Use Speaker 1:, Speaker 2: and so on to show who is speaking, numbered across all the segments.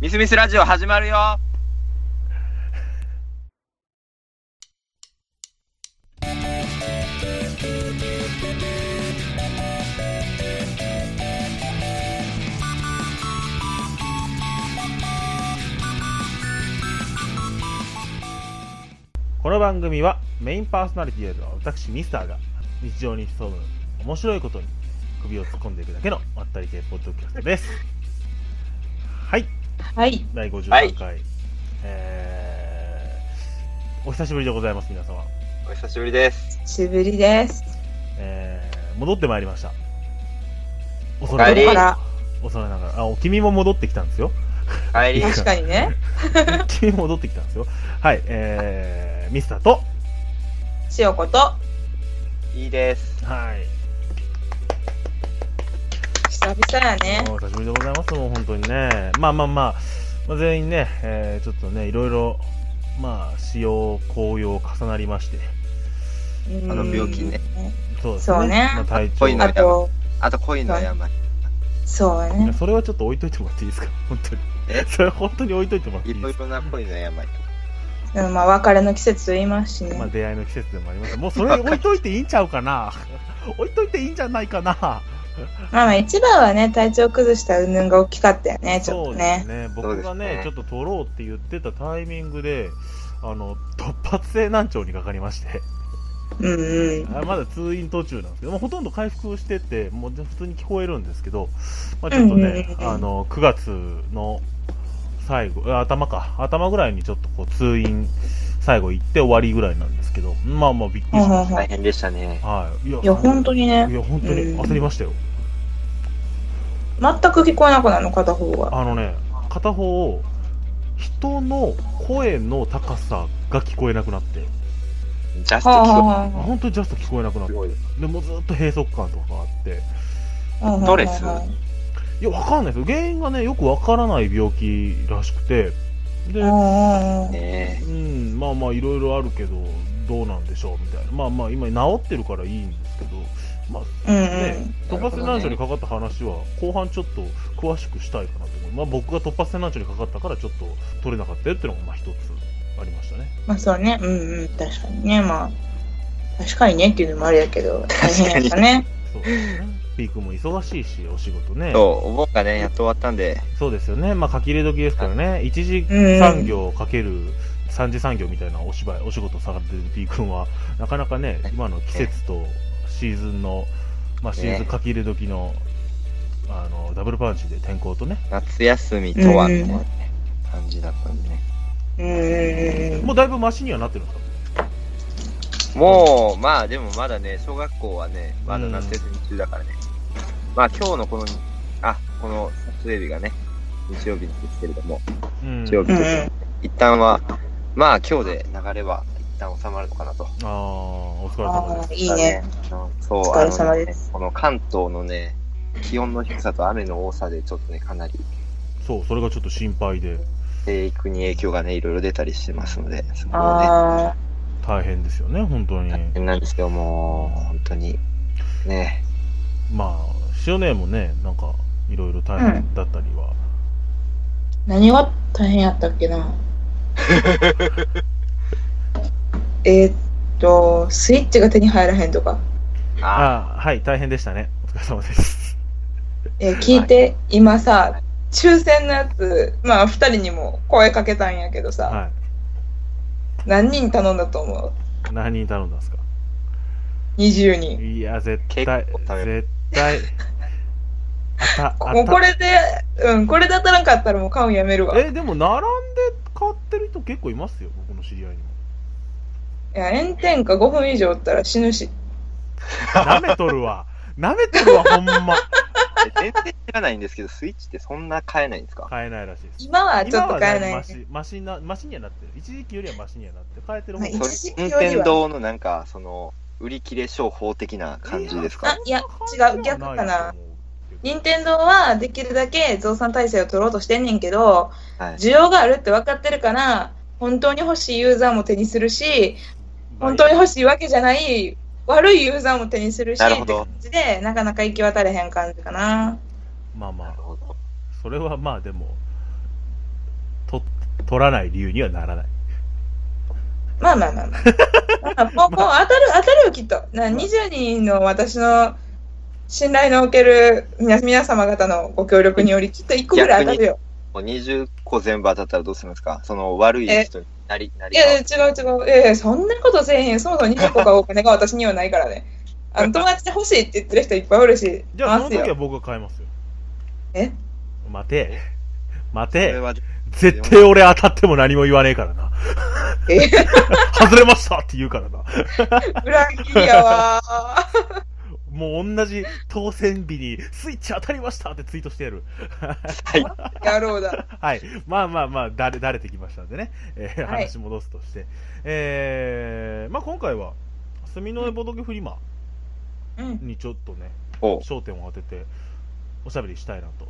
Speaker 1: ミスミスラジオ始まるよ
Speaker 2: この番組はメインパーソナリティである私ミスターが日常に潜む面白いことに首を突っ込んでいくだけのまったり系ポッドキャストですはい
Speaker 3: はい、
Speaker 2: 第53
Speaker 1: は
Speaker 2: 回、
Speaker 1: い
Speaker 2: えーお久しぶりでございます皆様、
Speaker 1: お久しぶりです。
Speaker 3: 久しぶりです。
Speaker 2: えー戻ってまいりました恐
Speaker 1: お帰り
Speaker 2: れなが
Speaker 3: だか
Speaker 2: ら
Speaker 3: ら、
Speaker 2: 恐れながらあお君も戻ってきたんで すよ
Speaker 1: 帰り。
Speaker 3: 確かにね、
Speaker 2: 君も戻ってきたんですよはいえーミスターと
Speaker 3: しおこと、
Speaker 1: いいです。
Speaker 2: はい
Speaker 3: 久々やね。
Speaker 2: お久しぶりでございますもう本当にねまあまあまあ、まあ、全員ね、えーちょっとねいろいろまあ使用紅葉重なりまして
Speaker 3: うん
Speaker 1: あの病気ね。
Speaker 2: そうですね
Speaker 3: そうね
Speaker 2: まあ、体
Speaker 1: ぽい
Speaker 2: 調
Speaker 1: な
Speaker 3: あと、
Speaker 1: あと恋の山。
Speaker 3: そうや
Speaker 2: いや
Speaker 3: ね。
Speaker 2: それはちょっと置いといてもらっていい ですか本当に
Speaker 1: え
Speaker 2: それは本当に置いといてもらってい
Speaker 1: い
Speaker 2: い
Speaker 1: ろ
Speaker 2: で
Speaker 1: い
Speaker 2: すか
Speaker 1: ろな恋の山。
Speaker 3: うんまあ、別れの季節と言いますしね
Speaker 2: まあ。出会いの季節でもありますもうそれ置いといていいんちゃうかな 置いといていいんじゃないかな
Speaker 3: まあまあ、一番はね、体調崩した云々が大きかったよね、ちょっ
Speaker 2: そう
Speaker 3: と
Speaker 2: です
Speaker 3: ね。
Speaker 2: ね僕がねち
Speaker 1: そ
Speaker 2: ょっと取ろうって言ってたタイミングであの突発性難聴にかかりまして
Speaker 3: うんうん。
Speaker 2: あまだ通院途中なんですけど、まあ、ほとんど回復してて、もう普通に聞こえるんですけど、まあ、ちょっとね、
Speaker 3: うんうんうん
Speaker 2: あの9月の最後、あ頭か、頭ぐらいにちょっとこう通院、最後行って終わりぐらいなんですけど、まあまあびっくりしまし
Speaker 3: ほうほうほう
Speaker 1: 変でしたね。
Speaker 2: た。はい、いや
Speaker 3: いや、本当に
Speaker 2: い
Speaker 3: ね、
Speaker 2: や本当に
Speaker 3: うん
Speaker 2: 焦りましたよ。
Speaker 3: 全く聞こえなくなるの、片方が。
Speaker 2: あのね、片方、人の声の高さが聞こえなくなって、
Speaker 1: ジャス
Speaker 3: はあはあはあは
Speaker 2: 本当にジャスト聞こえなくなって、
Speaker 1: いです。
Speaker 2: でもうずっと閉塞感とかがあって、
Speaker 3: あはあはあ
Speaker 1: ストレス
Speaker 2: いや、わかんないですよ。原因がね、よくわからない病気らしくて。で、
Speaker 3: うんうんうん
Speaker 1: ね
Speaker 2: うん、まあまあ、いろいろあるけど、どうなんでしょうみたいな。まあまあ、今、治ってるからいいんですけど、まあ、
Speaker 3: うんうん
Speaker 2: ね。、突発性難症にかかった話は、後半ちょっと詳しくしたいかなと思う。まあ、僕が突発性難症にかかったから、ちょっと取れなかったよっていうのが、まあ、一つありましたね。
Speaker 3: まあそうね、うんうん、確かにね、まあ、確かにねっていうのもあれやけど、大変やったね。
Speaker 2: そうです ね。ピークも忙しいし、お仕事ね。
Speaker 1: そう、お盆がね、やっと終わったんで、
Speaker 2: そうですよね。まあ、書き入れ時ですからね。一時
Speaker 3: うん
Speaker 2: 産業かける三次産業みたいなお芝居、お仕事をされてる P 君は、なかなかね、今の季節とシーズンの、まあ、シーズン
Speaker 1: ね
Speaker 2: 書き入れ時の、あの、ダブルパンチで天候とね。
Speaker 1: 夏休みとはみたいな
Speaker 3: うん
Speaker 1: ね感じだったんでね。
Speaker 3: うんうんうんうん。
Speaker 2: もうだいぶマシにはなってるんですか
Speaker 1: もう、まあでもまだね、小学校はね、まだ夏休み中だからね。まあ今日のこの、あ、この撮影日がね、日曜日なんですけれども、
Speaker 2: うん。
Speaker 1: 日曜
Speaker 3: う
Speaker 1: 日
Speaker 3: んう
Speaker 1: です
Speaker 3: ん
Speaker 1: 一旦は、まあ今日で流れは一旦収まるのかなと。
Speaker 2: ああ、お疲れ様で
Speaker 3: あ
Speaker 2: す。
Speaker 3: あ、いいね。
Speaker 1: あの。そう、
Speaker 3: お疲れ様です
Speaker 1: あのねこの関東のね、気温の低さと雨の多さでちょっとね、かなり
Speaker 2: そう、それがちょっと心配で、
Speaker 1: 生育に影響がね、いろいろ出たりしてますので、そこをね、
Speaker 3: あ
Speaker 2: 大変ですよね、本当に。
Speaker 1: 大変なんですけども、本当に、ね、
Speaker 2: まあ、塩姉もね、なんか、いろいろ大変だったりは。
Speaker 3: あ、何が大変やったっけな。えーっと、スイッチが手に入らへんとか。
Speaker 1: あ
Speaker 2: ああ、はい、大変でしたね。お疲れ様です。
Speaker 3: えー聞いて、今さ、抽選のやつ、まあ、二人にも声かけたんやけどさ、
Speaker 2: はい。
Speaker 3: 何人頼んだと思う
Speaker 2: 何人頼んだんですか
Speaker 3: ?20 人。
Speaker 2: いや、絶対
Speaker 1: 結構、食べ
Speaker 2: 絶対。あた、あた。
Speaker 3: もうこれで、うん、これで当たらんかったらもう買うんやめるわ。い
Speaker 2: え、でも、並んで買ってる人結構いますよ、僕の知り合いにも。
Speaker 3: や、炎天下5分以上おったら死ぬし。
Speaker 2: 舐めとるわ。 舐めとるわ、ほんま。
Speaker 1: え全然知らないんですけど、スイッチってそんな買えないんですか
Speaker 2: 買えないらしいです。
Speaker 3: 今はちょっと
Speaker 2: 今
Speaker 3: 買え
Speaker 2: はだ
Speaker 3: な
Speaker 2: ぶマ
Speaker 3: い。
Speaker 2: シマシな、マシにはなってる。一時期よりはマシにはなってる。買えてる方
Speaker 3: はい
Speaker 2: が。
Speaker 1: それ、任天堂のなんか、その、売り切れ商法的な感じですか
Speaker 3: あいや違う逆かな。任
Speaker 2: 堂
Speaker 3: 天堂はできるだけ増産体制を取ろうとしてんねんけど、
Speaker 1: はい。
Speaker 3: 需要があるって分かってるから、本当に欲しいユーザーも手にするし、本当に欲しいわけじゃない悪いユーザーも手にするし、
Speaker 1: なるほど
Speaker 3: って感じで、なかなか行き渡れへん感じかな。
Speaker 2: まあま
Speaker 1: な
Speaker 2: あ
Speaker 1: る、ほど。
Speaker 2: それはまあでも、取らない理由にはならない。
Speaker 3: まあまあまあまあ。 まあ、もうもう当たる、当たるよ、きっと。な20人の私の信頼のおける皆皆様方のご協力により、きっと1個ぐらい当たるよ。
Speaker 1: もう20個全部当たったらどうするんですかその悪い人になり、なり
Speaker 3: いやいや、違う違う。いやいや、そんなことせえへん。そもそも20個買うお金が私にはないからね。あの友達で欲しいって言ってる人いっぱいおるし、
Speaker 2: じゃあ、その
Speaker 3: 回す
Speaker 2: 時は
Speaker 3: よ。
Speaker 2: 僕が買いますよ。
Speaker 3: え
Speaker 2: 待て。待
Speaker 1: それ
Speaker 2: て。
Speaker 1: は、
Speaker 2: 絶対俺当たっても何も言わねえからな。
Speaker 3: え
Speaker 2: 外れましたって言うからな。
Speaker 3: 裏切りやわー。
Speaker 2: もう同じ当選日にスイッチ当たりましたってツイートしてやる。
Speaker 1: はい。
Speaker 3: 野郎だ。
Speaker 2: はい。まあまあまあ、だれ、だれてきましたんでね。えー
Speaker 3: はい
Speaker 2: 話戻すとして。えー、まあ今回は、墨の絵ボドゲフリマ
Speaker 3: うん。
Speaker 2: にちょっとね、
Speaker 1: おう
Speaker 2: 焦点を当てて、おしゃべりしたいなと。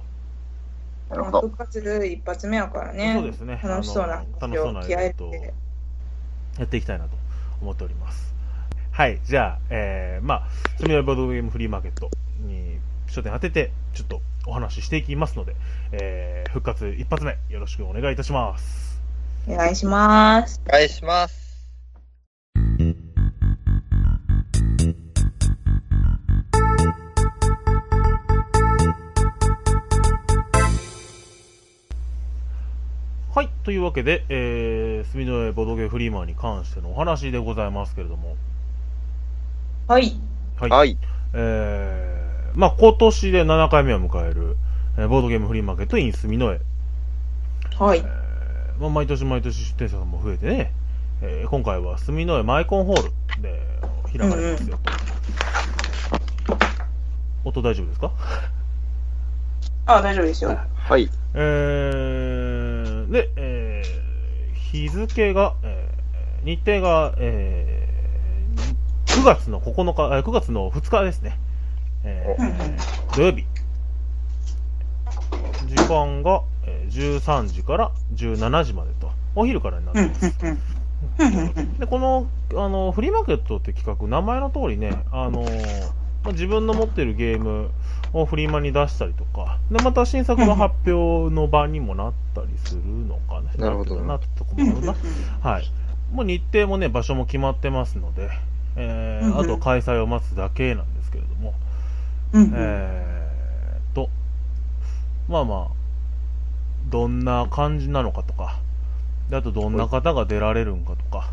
Speaker 1: なるほど。
Speaker 3: 復活一発目やからね。
Speaker 2: そうですね。
Speaker 3: 楽しそうな
Speaker 2: あの楽しそうな
Speaker 3: 気合い入
Speaker 2: え
Speaker 3: れ
Speaker 2: っと
Speaker 3: て。
Speaker 2: やっていきたいなと思っております。はい、じゃあ、えー、まあ、スミラボードゲームフリーマーケットに焦点当てて、ちょっとお話ししていきますので、えー、復活一発目、よろしくお願いいたします。
Speaker 3: お願いします。
Speaker 1: お願いします。
Speaker 2: はい、というわけで、えー、スミノエボードゲームフリーマーに関してのお話でございますけれども、
Speaker 3: はい。
Speaker 2: はい、
Speaker 1: はい。
Speaker 2: えー、まあ、今年で7回目を迎える、えーボードゲームフリーマーケット in スミノエ
Speaker 3: はい。
Speaker 2: えーまあ、毎年毎年出店者さんも増えてね、えー今回は住之江マイコンホールで開かれますよと。音大丈夫ですか、
Speaker 3: あ、大丈夫ですよ。
Speaker 1: はい。
Speaker 2: えー、で、えー日付が、えー日程が、えー9月の9日、えー9月の2日ですね。えー
Speaker 3: うんうん
Speaker 2: 土曜日。時間が、えー13時から17時までと、お昼からになっ
Speaker 3: う
Speaker 2: て
Speaker 3: んうん
Speaker 2: ます。
Speaker 3: うん。うんうんうん。
Speaker 2: でこのあのフリーマーケットって企画、名前の通りね、あのまあ自分の持ってるゲームをフリーマに出したりとか、でまた新作の発表の場にもなったりするのかね、
Speaker 1: なるほど
Speaker 2: なってとこ
Speaker 3: うん
Speaker 2: もあ
Speaker 3: う
Speaker 2: る
Speaker 3: んうん
Speaker 2: な、 はい、もう日程もね、場所も決まってますので、えー
Speaker 3: うんうん
Speaker 2: あとは開催を待つだけなんですけれども、
Speaker 3: うんうん
Speaker 2: えー、と、まあまあ、どんな感じなのかとか、であとどんな方が出られるんかとか、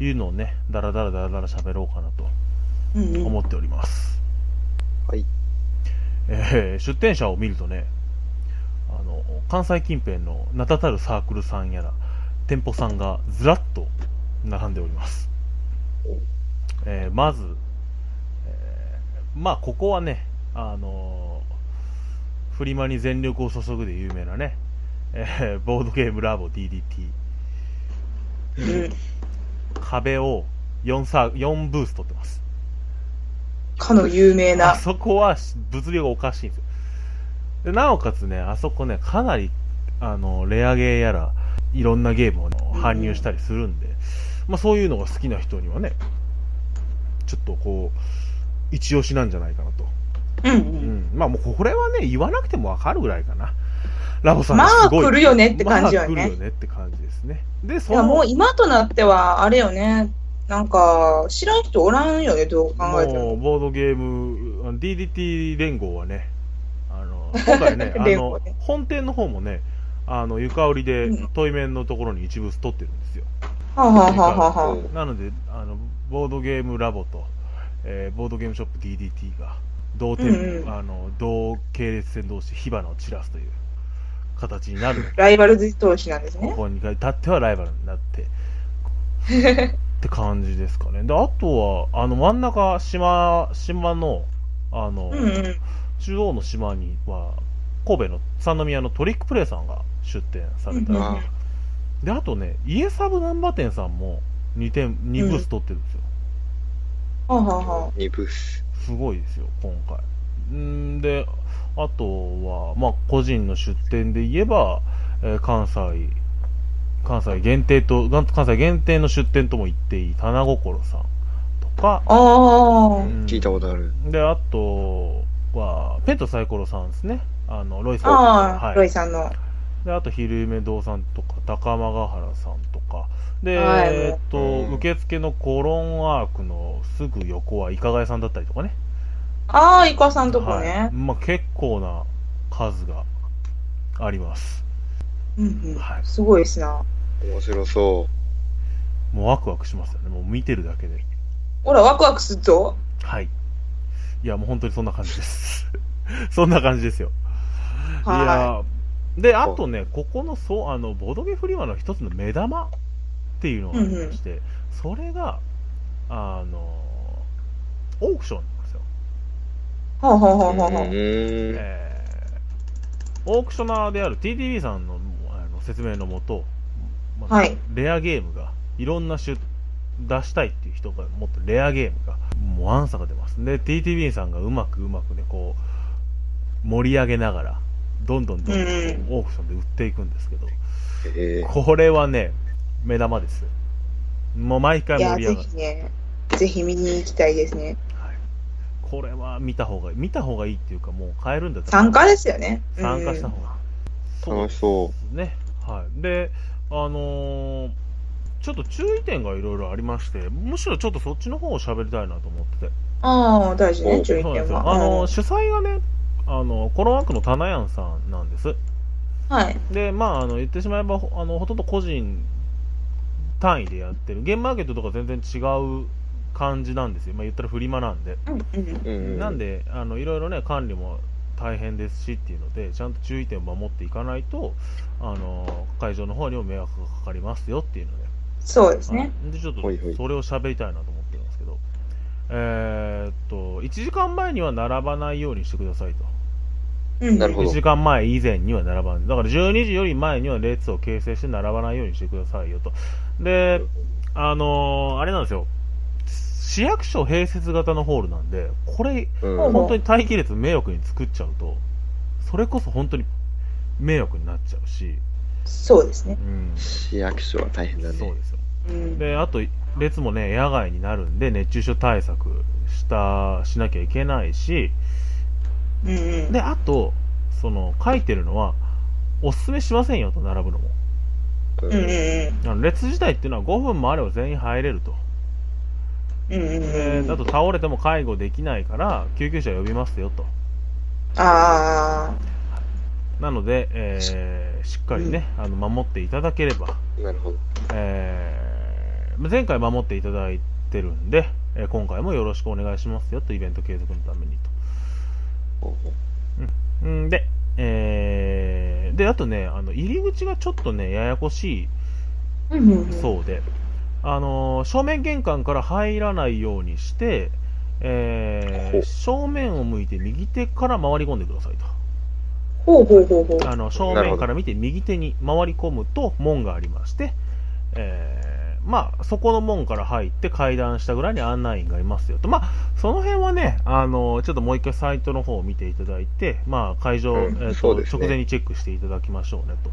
Speaker 2: いうのをね、だらだらだらだら喋ろうかなと
Speaker 3: うんうん
Speaker 2: 思っております。
Speaker 1: はい。
Speaker 2: えー出店者を見るとね、あの、関西近辺の名だたるサークルさんやら、店舗さんがずらっと並んでおります。えーまず、えーまあ、ここはね、あのーフリマに全力を注ぐで有名なね、えーボードゲームラボ DDT。
Speaker 3: うん
Speaker 2: 壁を4サー4ブース取ってます。
Speaker 3: かの有名
Speaker 2: あ
Speaker 3: な。
Speaker 2: そこはし物流がおかしいんですよ。でなおかつね、あそこね、かなり、あの、レアゲーやら、いろんなゲームを、ね、搬入したりするんで、まあそういうのが好きな人にはね、ちょっとこう、一押しなんじゃないかなと。
Speaker 3: うんう。
Speaker 2: うんん。まあもうこれはね、言わなくてもわかるぐらいかな。ラボさん
Speaker 3: まあ
Speaker 2: すごい。
Speaker 3: 来るよねって感じよね
Speaker 2: まあ来るよねって感じですね。で、
Speaker 3: い
Speaker 2: そ
Speaker 3: や、
Speaker 2: の
Speaker 3: もう今となっては、あれよね。なんか、知らん人おらんよね、どう考えても。
Speaker 2: もうボードゲームあの DDT 連合はねあ の今回ねあ
Speaker 3: 連
Speaker 2: の
Speaker 3: 合ね
Speaker 2: 本店の方もねあの床売りで
Speaker 3: うん
Speaker 2: 対面のところに一部取ってるんですよ
Speaker 3: はあ、はあはあはあはあ、
Speaker 2: なのであのボードゲームラボと、えーボードゲームショップ DDT が同店、
Speaker 3: うんうん
Speaker 2: あの同系列線同士火花を散らすという形になるので
Speaker 3: ライバル同士なんです
Speaker 2: こ
Speaker 3: ね。
Speaker 2: こに至ってはライバルにな って。って感じですかね。で、あとは、あの、真ん中、島、島の、あの、
Speaker 3: うんうん。
Speaker 2: 中央の島には、神戸の三宮のトリックプレイさんが出店されたり、
Speaker 3: うん
Speaker 1: あ
Speaker 2: で、あとね、家サブ難波店さんも2点、二ブース取ってるんですよ。
Speaker 3: はあはあはあ。
Speaker 1: 2ブース。
Speaker 2: すごいですよ、今回。んーで、あとは、まあ、個人の出店で言えば、えー関西、関西限定と、がん関西限定の出店とも言っていい、棚心さんとか、
Speaker 3: ああ。
Speaker 1: 聞いたことある。
Speaker 2: で、あとは、ペットサイコロさんですね。あの、ロイさん。
Speaker 3: ああ、
Speaker 2: はい
Speaker 3: ロイさんの。
Speaker 2: で、あと、昼夢堂さんとか、高間ヶ原さんとか、で、
Speaker 3: はい
Speaker 2: えーっと
Speaker 1: う、ん
Speaker 2: 受付のコロンアークのすぐ横は、いかがやさんだったりとかね。
Speaker 3: ああ、イカさんとこ
Speaker 2: は
Speaker 3: ね
Speaker 2: い。まあ、結構な数があります。
Speaker 3: うん
Speaker 2: は
Speaker 3: う
Speaker 2: い
Speaker 3: ん。すごいですな。
Speaker 1: 面白そ
Speaker 2: もうワクワクしますよね。もう見てるだけで。
Speaker 3: ほら、ワクワクするぞ。
Speaker 2: はい。いや、もう本当にそんな感じです。 そんな感じですよ。い
Speaker 3: は
Speaker 2: やーで、あとね、ここの、そう、あの、ボドゲフリマの一つの目玉っていうのがありまして、それが、あの、オークションなんですよ。
Speaker 3: い。ほうほうほ
Speaker 1: う。
Speaker 3: うほうほう。
Speaker 1: ん。
Speaker 2: えーオークショナーである TTB さんのあの説明のもと、まあ
Speaker 3: はい
Speaker 2: レアゲームが、いろんな種出したいっていう人がもっとレアゲームが、もうアンサが出ます。で、TTB さんがうまくうまくね、こう、盛り上げながら、どんどんどんどんこう
Speaker 3: う
Speaker 2: オークションで売っていくんですけど、
Speaker 1: えー
Speaker 2: これはね、目玉です。もう毎回
Speaker 3: いや、
Speaker 2: 盛り上
Speaker 3: ぜ
Speaker 2: がる。
Speaker 3: ひね、ぜひ見に行きたいですね。
Speaker 2: はい、これは見た方がいい。見た方がいいっていうか、もう買えるんだったら。
Speaker 3: 参加ですよね。
Speaker 2: 参加した方がいい。
Speaker 1: 楽しそ
Speaker 2: そうですね。はい。で、あのーちょっと注意点がいろいろありまして、むしろちょっとそっちの方を喋りたいなと思ってて。
Speaker 3: ああ、大事ね、
Speaker 1: お
Speaker 3: 注意
Speaker 2: そうなんで
Speaker 3: 点
Speaker 2: すよ
Speaker 3: は。
Speaker 2: あのー
Speaker 3: うん
Speaker 2: 主催がね、あのコロワークのタナヤンさんなんです。
Speaker 3: はい。
Speaker 2: で、まあ、あの言ってしまえば、ほあのほとんど個人単位でやってる、ゲームマーケットとか全然違う感じなんですよ、まあ、言ったらフリマなんで、
Speaker 3: うんうん
Speaker 1: う。うん
Speaker 2: なんであの、いろいろね、管理も大変ですしっていうので、ちゃんと注意点を守っていかないと、あの会場の方にも迷惑がかかりますよっていうので、
Speaker 3: そうですね。
Speaker 2: はいでちょっと
Speaker 1: ほいほい
Speaker 2: それを喋りたいなと思ってるんですけど、えーっと、1時間前には並ばないようにしてくださいと。
Speaker 3: うん
Speaker 1: なるほど
Speaker 2: 1時間前以前には並ばない。だから12時より前には列を形成して並ばないようにしてくださいよと。で、あのーあれなんですよ。市役所併設型のホールなんで、これ、
Speaker 1: うん
Speaker 3: ほうほ
Speaker 2: 本当に待機列迷惑に作っちゃうと、それこそ本当に迷惑になっちゃうし、
Speaker 3: そうですね
Speaker 2: う。ん、そ
Speaker 1: 市役所は大変だね
Speaker 2: う。ですよ。
Speaker 3: うん
Speaker 2: で、あと、列もね、野外になるんで、熱中症対策した、しなきゃいけないし、
Speaker 3: うんうん
Speaker 2: で、あと、その、書いてるのは、おすすめしませんよと並ぶのも。
Speaker 1: う
Speaker 3: うんうん
Speaker 1: ん
Speaker 2: あの列自体っていうのは5分もあれば全員入れると。
Speaker 3: うんうんうん
Speaker 2: で
Speaker 3: うん
Speaker 2: あと、倒れても介護できないから、救急車呼びますよと。
Speaker 3: あ
Speaker 2: なので、えーしっかりね、あの、守っていただければ、
Speaker 1: なるほど。
Speaker 2: えー前回守っていただいてるんで、えー今回もよろしくお願いしますよと、イベント継続のためにと。
Speaker 1: ほうほ
Speaker 2: うんで、えー、で、あとね、あの、入り口がちょっとね、ややこし
Speaker 3: あうんうん
Speaker 2: い
Speaker 3: うん
Speaker 2: そうで、あのー正面玄関から入らないようにして、え
Speaker 1: ほ
Speaker 2: ー
Speaker 1: う
Speaker 2: 正面を向いて右手から回り込んでくださいと。
Speaker 3: ほうほうほうほう
Speaker 2: あの、正
Speaker 1: なるほ
Speaker 2: 面
Speaker 1: ど
Speaker 2: から見て右手に回り込むと門がありまして、えーまあ、そこの門から入って階段下ぐらいに案内員がいますよと。まあ、その辺はね、あの、ちょっともう一回サイトの方を見ていただいて、まあ、会場、
Speaker 1: うん
Speaker 2: えー
Speaker 1: そ
Speaker 2: と、
Speaker 1: うですね
Speaker 2: 直前にチェックしていただきましょうねと。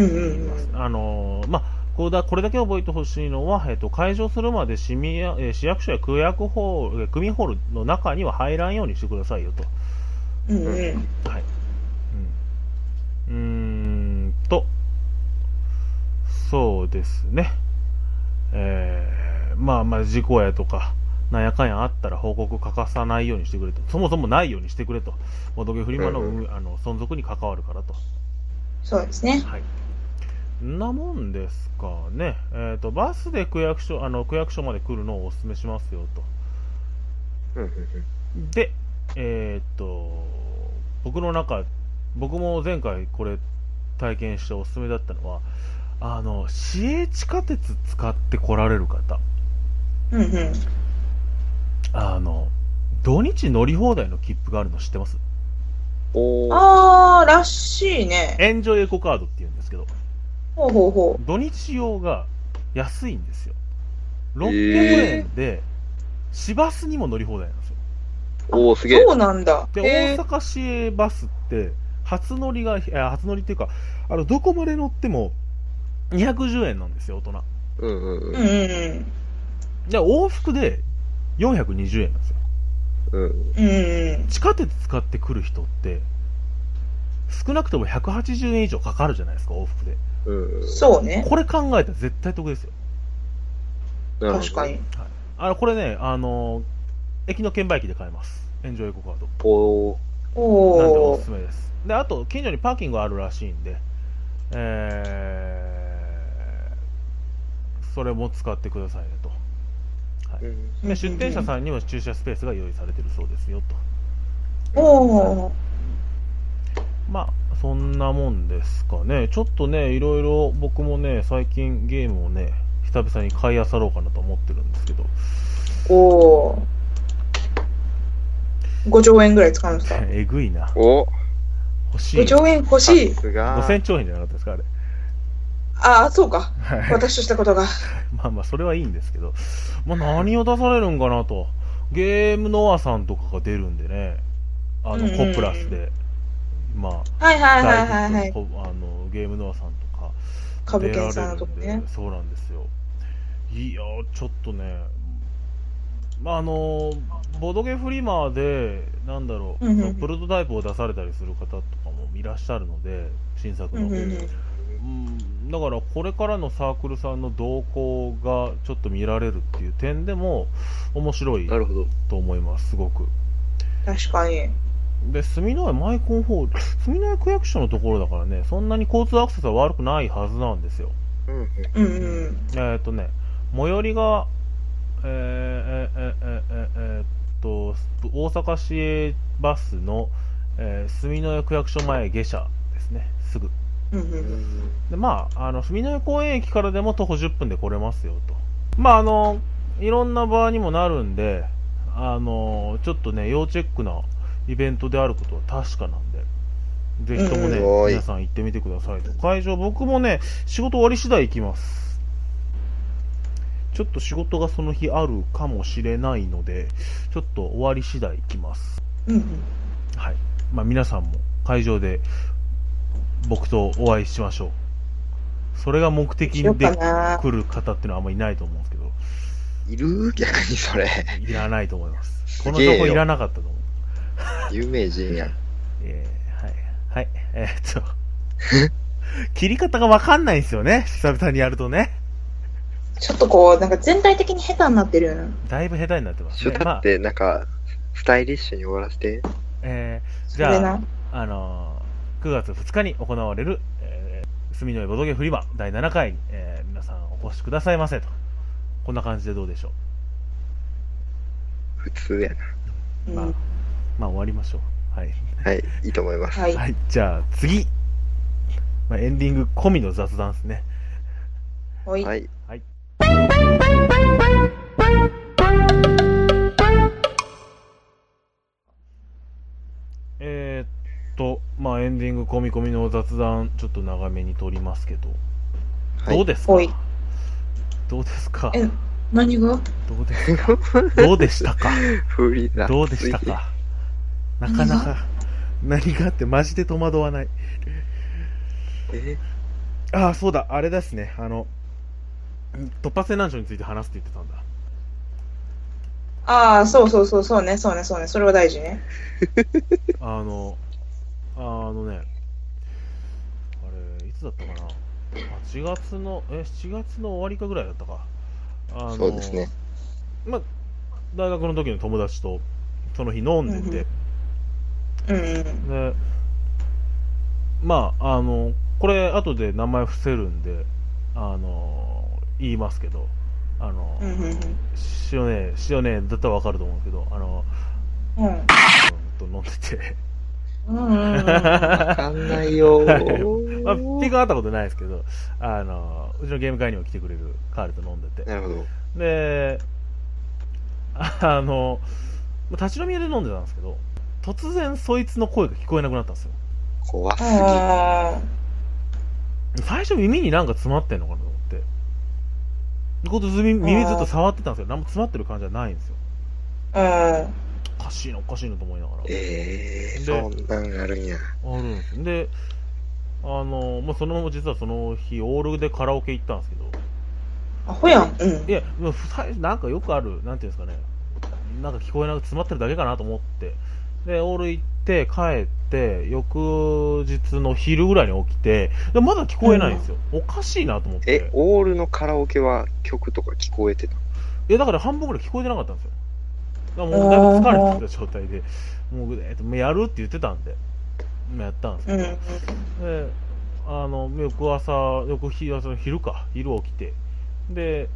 Speaker 3: うんう
Speaker 2: 言い
Speaker 3: ん
Speaker 2: ます
Speaker 3: う
Speaker 2: あのーまあ、これだこれだけ覚えてほしいのは、えっと開場するまで市民やえー市役所や区役ホールえー組ホールの中には入らんようにしてくださいよと。
Speaker 3: んうんうん
Speaker 2: はい、うん、うーんと、そうですね、えーまあまあ、事故やとか、なんやかんやあったら報告欠かさないようにしてくれと、そもそもないようにしてくれと、ボドゲフリマの,、
Speaker 1: うん
Speaker 2: あの存続に関わるからと。
Speaker 3: そうですね
Speaker 2: はい。んなもんですかね。えっ、と、バスで区役所、あの、区役所まで来るのをお勧めしますよと。
Speaker 1: う。うんうん
Speaker 2: で、えっ、と、僕の中、僕も前回これ体験しておすすめだったのは、あの、市営地下鉄使って来られる方、
Speaker 3: うんうん
Speaker 2: あの、土日乗り放題の切符があるの知ってます
Speaker 1: おー。
Speaker 3: ああらしいね
Speaker 2: エンジョイエコカードって言うんですけど、
Speaker 3: ほうほうほ
Speaker 2: 土日用が安いんですよ。
Speaker 1: ー
Speaker 2: 600円で、市バスにも乗り放題なんですよ。
Speaker 1: おー、す
Speaker 3: う
Speaker 1: げえ
Speaker 3: そ。うなんだ
Speaker 2: で、
Speaker 3: へ
Speaker 2: 大阪市営バスって、初乗りが、えー初乗りっていうか、あの、どこまで乗っても210円なんですよ、大人。
Speaker 1: うんうんう
Speaker 3: ーうんん。うん
Speaker 2: で、往復で420円なんですよ。
Speaker 1: うん
Speaker 3: うんうんうん
Speaker 2: 地下鉄使ってくる人って、少なくとも180円以上かかるじゃないですか、往復で。
Speaker 1: うん。
Speaker 3: そうね。
Speaker 2: これ考えたら絶対得ですよ。
Speaker 1: なるほど
Speaker 3: 確か。に。
Speaker 2: あこれね、あのー駅の券売機で買えます。エンジョイエコカード。
Speaker 1: おー
Speaker 2: なんでお
Speaker 3: お
Speaker 2: す
Speaker 3: ー
Speaker 2: すめです。で、あと、近所にパーキングあるらしいんで、えー、それも使ってくださいねと。
Speaker 1: うん
Speaker 3: うんうん
Speaker 2: で出店者さんにも駐車スペースが用意されてるそうですよと。
Speaker 3: おー
Speaker 2: まあ、そんなもんですかね。ちょっとね、いろいろ僕もね、最近ゲームをね、久々に買い漁ろうかなと思ってるんですけど、
Speaker 3: おー5兆円ぐらい使うんですか
Speaker 2: えぐいな。
Speaker 1: お
Speaker 2: 欲しい。
Speaker 3: 5兆円欲しい
Speaker 1: さすが。
Speaker 2: 5000兆円じゃなかったですか、あれ。
Speaker 3: ああそうか
Speaker 2: はい
Speaker 3: 私としたことが
Speaker 2: まあまあ、それはいいんですけど、まあ、何を出されるんかなと、ゲームノアさんとかが出るんでね、あの
Speaker 3: うん
Speaker 2: コプラスで、ま
Speaker 3: はいは
Speaker 2: あ、
Speaker 3: いはいはいは
Speaker 2: 大ヒッ
Speaker 3: い
Speaker 2: トのコあのゲームノアさんとか
Speaker 3: 株
Speaker 2: 出られ
Speaker 3: 券さんの
Speaker 2: る
Speaker 3: とこ
Speaker 2: んで、
Speaker 3: ね
Speaker 2: そうなんですよ。いやー、ちょっとね、まあ、あのーボドゲフリマで、なんだろう、
Speaker 3: うんうんうん
Speaker 2: プロトタイプを出されたりする方とかもいらっしゃるので、新作の。
Speaker 3: うんうんうん
Speaker 2: うんだからこれからのサークルさんの動向がちょっと見られるっていう点でも面白い
Speaker 1: なるほど。
Speaker 2: と思います、すごく。
Speaker 3: 確かに
Speaker 2: で、住之江マイコンホール、住之江区役所のところだからね、そんなに交通アクセスは悪くないはずなんですよ。
Speaker 1: うんうん。
Speaker 3: うんうん
Speaker 2: えーっとね、最寄りが、えー、えー、えー、えー、えーえーっと、大阪市営バスの、えー、住之江区役所前下車ですね、すぐ。
Speaker 3: うんうん
Speaker 2: でまあ、あの住之江公園駅からでも徒歩10分で来れますよと、まあ、あのいろんな場にもなるんであの、ちょっとね、要チェックなイベントであることは確かなんで、ぜひともね、
Speaker 1: すごい
Speaker 2: 皆さん行ってみてくださいと、会場、僕もね、仕事終わり次第行きます。ちょっと仕事がその日あるかもしれないので、ちょっと終わり次第行きます。
Speaker 3: うんうん
Speaker 2: はい。まあ皆さんも会場で僕とお会いしましょう。それが目的
Speaker 3: しよう
Speaker 2: で
Speaker 3: かな
Speaker 2: 来る方っていうのはあんまりいないと思うんですけど、
Speaker 1: いる 逆にそれ。
Speaker 2: いらないと思います。こ
Speaker 1: げえ
Speaker 2: の
Speaker 1: よ
Speaker 2: 情報いらなかったと思う。
Speaker 1: 有名人やん。
Speaker 2: えーはい。はい。えーっと。切り方がわかんないんですよね。久々にやるとね。
Speaker 3: ちょっとこうなんか全体的に下手になってるよな
Speaker 2: だいぶ下手になってます
Speaker 1: ちょ
Speaker 2: ね。ま
Speaker 1: だ
Speaker 2: あ
Speaker 1: っ、て、なんか、スタイリッシュに終わらせて。
Speaker 2: えー
Speaker 3: そ
Speaker 2: じゃ
Speaker 3: れ
Speaker 2: あ、
Speaker 3: な
Speaker 2: あのー9月2日に行われる、えー、住の江ボドゲフリマ第7回に、えー皆さんお越しくださいませと。こんな感じでどうでしょ
Speaker 1: 普
Speaker 2: う。
Speaker 1: 通やな。
Speaker 2: ま
Speaker 3: う
Speaker 2: あ
Speaker 3: ん、
Speaker 2: まあ終わりましょう。はい。
Speaker 1: はい、いいと思います。
Speaker 3: はい
Speaker 2: はい、じゃあ次。まあ、エンディング込みの雑談ですね。
Speaker 3: おい
Speaker 1: はい。
Speaker 2: えーっと、まあエンディング込み込みの雑談、ちょっと長めに撮りますけど、
Speaker 1: はい
Speaker 2: どうですか
Speaker 3: おい
Speaker 2: どうですか
Speaker 3: え何が
Speaker 2: どうですかどうでしたか
Speaker 1: フリーだ。
Speaker 2: どうでしたかなかなか、何があってマジで戸惑わない。
Speaker 1: え
Speaker 2: ああ、そうだ、あれですね、あの、うん突発性難所について話すって言ってたんだ。
Speaker 3: ああそうそうそうそうねそうねそうねそれは大事ね
Speaker 2: あの、あのね、あれ、いつだったかな、8月の、え、7月の終わりかぐらいだったか、あの
Speaker 1: そうですね。
Speaker 2: まあ、大学の時の友達と、その日飲んでて、
Speaker 3: うんうん
Speaker 2: で、まあ、あの、これ、後で名前伏せるんで、あの、言いますけど、あの、
Speaker 3: うんうん
Speaker 2: 塩ね、塩ねだったらわかると思うんですけど、あの、
Speaker 3: うん
Speaker 2: うんと飲んでて、
Speaker 3: うんうんうんうん
Speaker 1: わかんないよー。
Speaker 2: まあ、ピークはあったことないですけど、あの、うちのゲーム会にも来てくれるカールと飲んでて。
Speaker 1: なるほど。
Speaker 2: で、あの、立ち飲み屋で飲んでたんですけど、突然そいつの声が聞こえなくなったんですよ。
Speaker 1: 怖すぎ。
Speaker 3: あ
Speaker 2: 最初耳になんか詰まってんのかなと思って。でこうず耳耳ずっと触ってたんですけど、何も詰まってる感じはないんですよ。
Speaker 3: ーうん
Speaker 2: おかしいな、おかしいなと思いながら。
Speaker 1: ええ
Speaker 2: で
Speaker 1: そんなんあるんや。
Speaker 2: あるんですよで、あの、まあ、そのまま実はその日、オールでカラオケ行ったんですけど、
Speaker 3: アホやんうん
Speaker 2: いや、もうふさなんかよくある、なんていうんですかね、なんか聞こえなく詰まってるだけかなと思って、で、オール行って、帰って、翌日の昼ぐらいに起きて、でまだ聞こえないんですよ。おかしいなと思って。
Speaker 1: え、オールのカラオケは曲とか聞こえてた
Speaker 2: え、だから半分ぐらい聞こえてなかったんですよ。だからもうだいぶ疲れてた状態で、もう、えっと、もうやるって言ってたんで、まあやったんですけ
Speaker 3: う
Speaker 2: ど、
Speaker 3: ん。
Speaker 2: で、あの、翌朝、翌日、その昼か、昼起きて、で、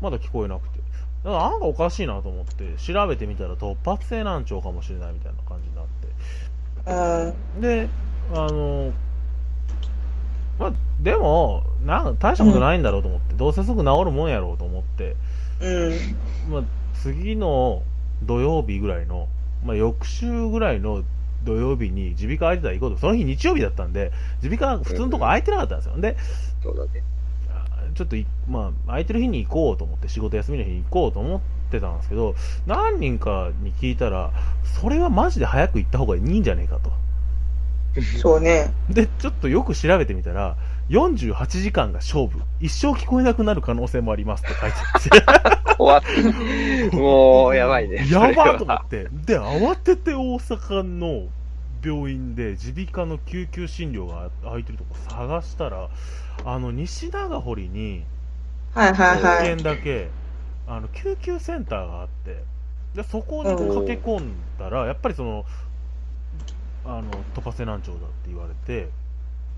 Speaker 2: まだ聞こえなくて、だからなんかおかしいなと思って、調べてみたら突発性難聴かもしれないみたいな感じになって、
Speaker 3: うん。
Speaker 2: で、あの、まあ、でも、なん大したことないんだろうと思って、どうせすぐ治るもんやろうと思って、
Speaker 3: うん。
Speaker 2: まあ、次の土曜日ぐらいの、まあ、翌週ぐらいの土曜日に耳鼻科空いてたら行こうと、その日日曜日だったんで、耳鼻科普通のとこ空いてなかったんですよ。で、
Speaker 1: そうだね。
Speaker 2: あちょっとい、まあ、空いてる日に行こうと思って、仕事休みの日に行こうと思ってたんですけど、何人かに聞いたら、それはマジで早く行った方がいいんじゃねえかと。
Speaker 3: そうね。
Speaker 2: で、ちょっとよく調べてみたら、48時間が勝負。一生聞こえなくなる可能性もありますって書いてあって。
Speaker 1: 怖っ。もう、やばいね。
Speaker 2: や
Speaker 1: それ
Speaker 2: ば
Speaker 1: は
Speaker 2: と思って。で、慌てて大阪の病院で耳鼻科の救急診療が空いてるとこ探したら、あの、西長堀に、
Speaker 3: はいはい
Speaker 2: 1
Speaker 3: はい。
Speaker 2: 軒だけ、あの、救急センターがあって、で、そこに駆け込んだら、やっぱりその、あの、トパセ難聴だって言われて、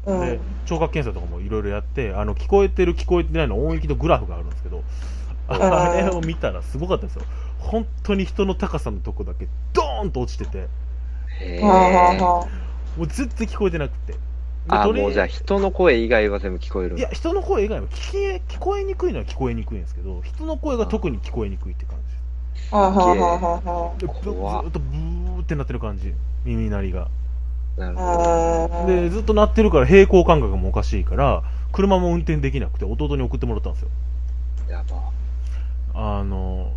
Speaker 3: うん。
Speaker 2: で聴覚検査とかもいろいろやってあの聞こえてる聞こえてないの音域のグラフがあるんですけどあ
Speaker 3: うん
Speaker 2: れを見たらすごかったですよ本当に人の高さのとこだけドーンと落ちてて
Speaker 1: へ
Speaker 3: はあはあ
Speaker 1: ー
Speaker 3: は
Speaker 2: もう全然聞こえてなくてで
Speaker 1: あ、
Speaker 2: とり
Speaker 1: もうじゃあ人の声以外は全部聞こえるん
Speaker 2: い
Speaker 1: だ
Speaker 2: や人の声以外も聞け聞こえにくいのは聞こえにくいんですけど人の声が特に聞こえにくいって感
Speaker 3: あ。はあはあはあは
Speaker 2: じでずず
Speaker 1: 怖っ
Speaker 2: っとブーってなってる感じ耳鳴りが
Speaker 1: なるほ
Speaker 3: あ。うん。
Speaker 2: でずっと鳴ってるから平行感覚もおかしいから車も運転できなくて弟に送ってもらったんですよ
Speaker 1: ど。やば。
Speaker 2: あの、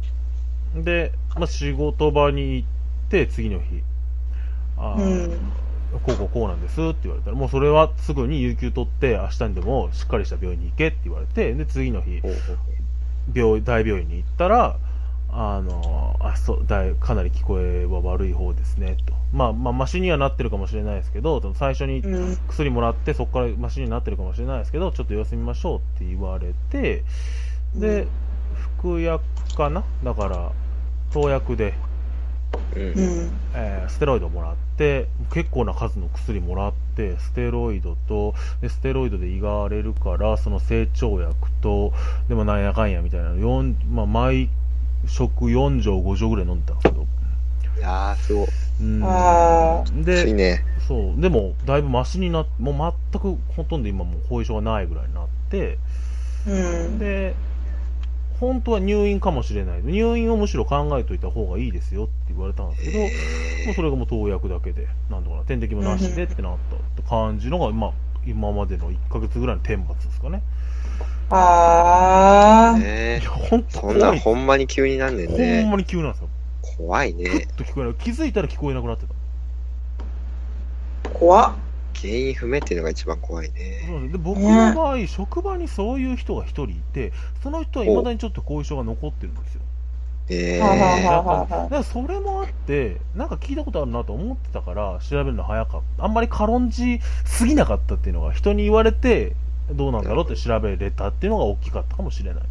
Speaker 2: で、まあ、仕事場に行って、次の日、あ
Speaker 3: う
Speaker 2: ー
Speaker 3: ん。
Speaker 2: こうこうこうなんですって言われたら、もうそれはすぐに有給取って、明日にでもしっかりした病院に行けって言われて、で、次の日、
Speaker 1: おうおう
Speaker 2: 病大病院に行ったら、あの、あ、そう、大、かなり聞こえは悪い方ですね、と。まあ、まあ、マシにはなってるかもしれないですけど、その最初に
Speaker 3: うん。
Speaker 2: 薬もらって、そこからマシになってるかもしれないですけど、ちょっと様子見ましょうって言われて、で、服薬かなだから、投薬で、
Speaker 1: うん
Speaker 3: うん。
Speaker 2: えーステロイドもらって、結構な数の薬もらって、ステロイドと、でステロイドで胃が荒れるから、その成長薬と、でもなんやかんやみたいな、よんまあ、毎食4錠、5錠ぐらい飲んでたんですけど。
Speaker 1: いやー、すごい。
Speaker 2: うん
Speaker 3: あ
Speaker 1: きつい
Speaker 2: で、
Speaker 1: ね。
Speaker 2: そう、でも、だいぶマシになって、もう全くほとんど今もう後遺症がないぐらいになって、
Speaker 3: うん。
Speaker 2: で、本当は入院かもしれない。入院をむしろ考えといた方がいいですよって言われたんですけど、もうそれがもう投薬だけで、なんとかな、点滴もなしでってなったって感じのが、まあ、今までの1ヶ月ぐらいの天罰ですかね。
Speaker 3: ああ。
Speaker 2: い
Speaker 1: ね
Speaker 2: や、本当
Speaker 1: そ
Speaker 2: 怖。
Speaker 1: んないんほんまに急になんねん
Speaker 2: ほん
Speaker 1: ね。
Speaker 2: まに急なんですよ。
Speaker 1: 怖い
Speaker 2: ふっ
Speaker 1: ね。
Speaker 2: と聞こえない。気づいたら聞こえなくなってた。
Speaker 3: 怖っ。
Speaker 1: 原因不明っていうのが一番怖いね。
Speaker 2: そうなんですで僕の場合、職場にそういう人が1人いて、その人は未だにちょっと後遺症が残ってるんですよ。
Speaker 1: え
Speaker 3: はあはあ
Speaker 1: ー
Speaker 3: はあ
Speaker 2: だ
Speaker 3: は
Speaker 2: か
Speaker 3: いはい
Speaker 2: らそれもあって、なんか聞いたことあるなと思ってたから、調べるの早かった。あんまり軽んじすぎなかったっていうのが、人に言われて、どうなんだろうって調べれたっていうのが大きかったかもしれない。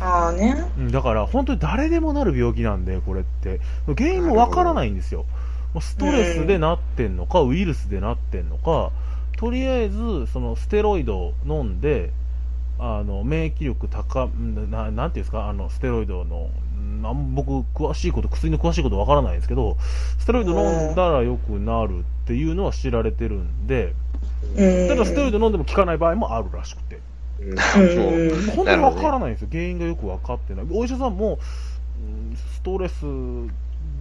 Speaker 3: ああね。
Speaker 2: うんだから、本当に誰でもなる病気なんで、これって。原因もわからないんですよ。もうストレスでなってんのか、ウイルスでなってんのか、とりあえず、そのステロイドを飲んで、あの免疫力高な、なんていうんですか、あのステロイドの、うんあん僕、詳しいこと、薬の詳しいことわからないですけど、ステロイド飲んだら良くなるっていうのは知られてるんで、
Speaker 3: うん。
Speaker 2: ただステロイド飲んでも効かない場合もあるらしくて。
Speaker 1: もう
Speaker 3: うん。
Speaker 2: 本当にわからないんですよ、原因がよく分かってない、お医者さんも、うんストレス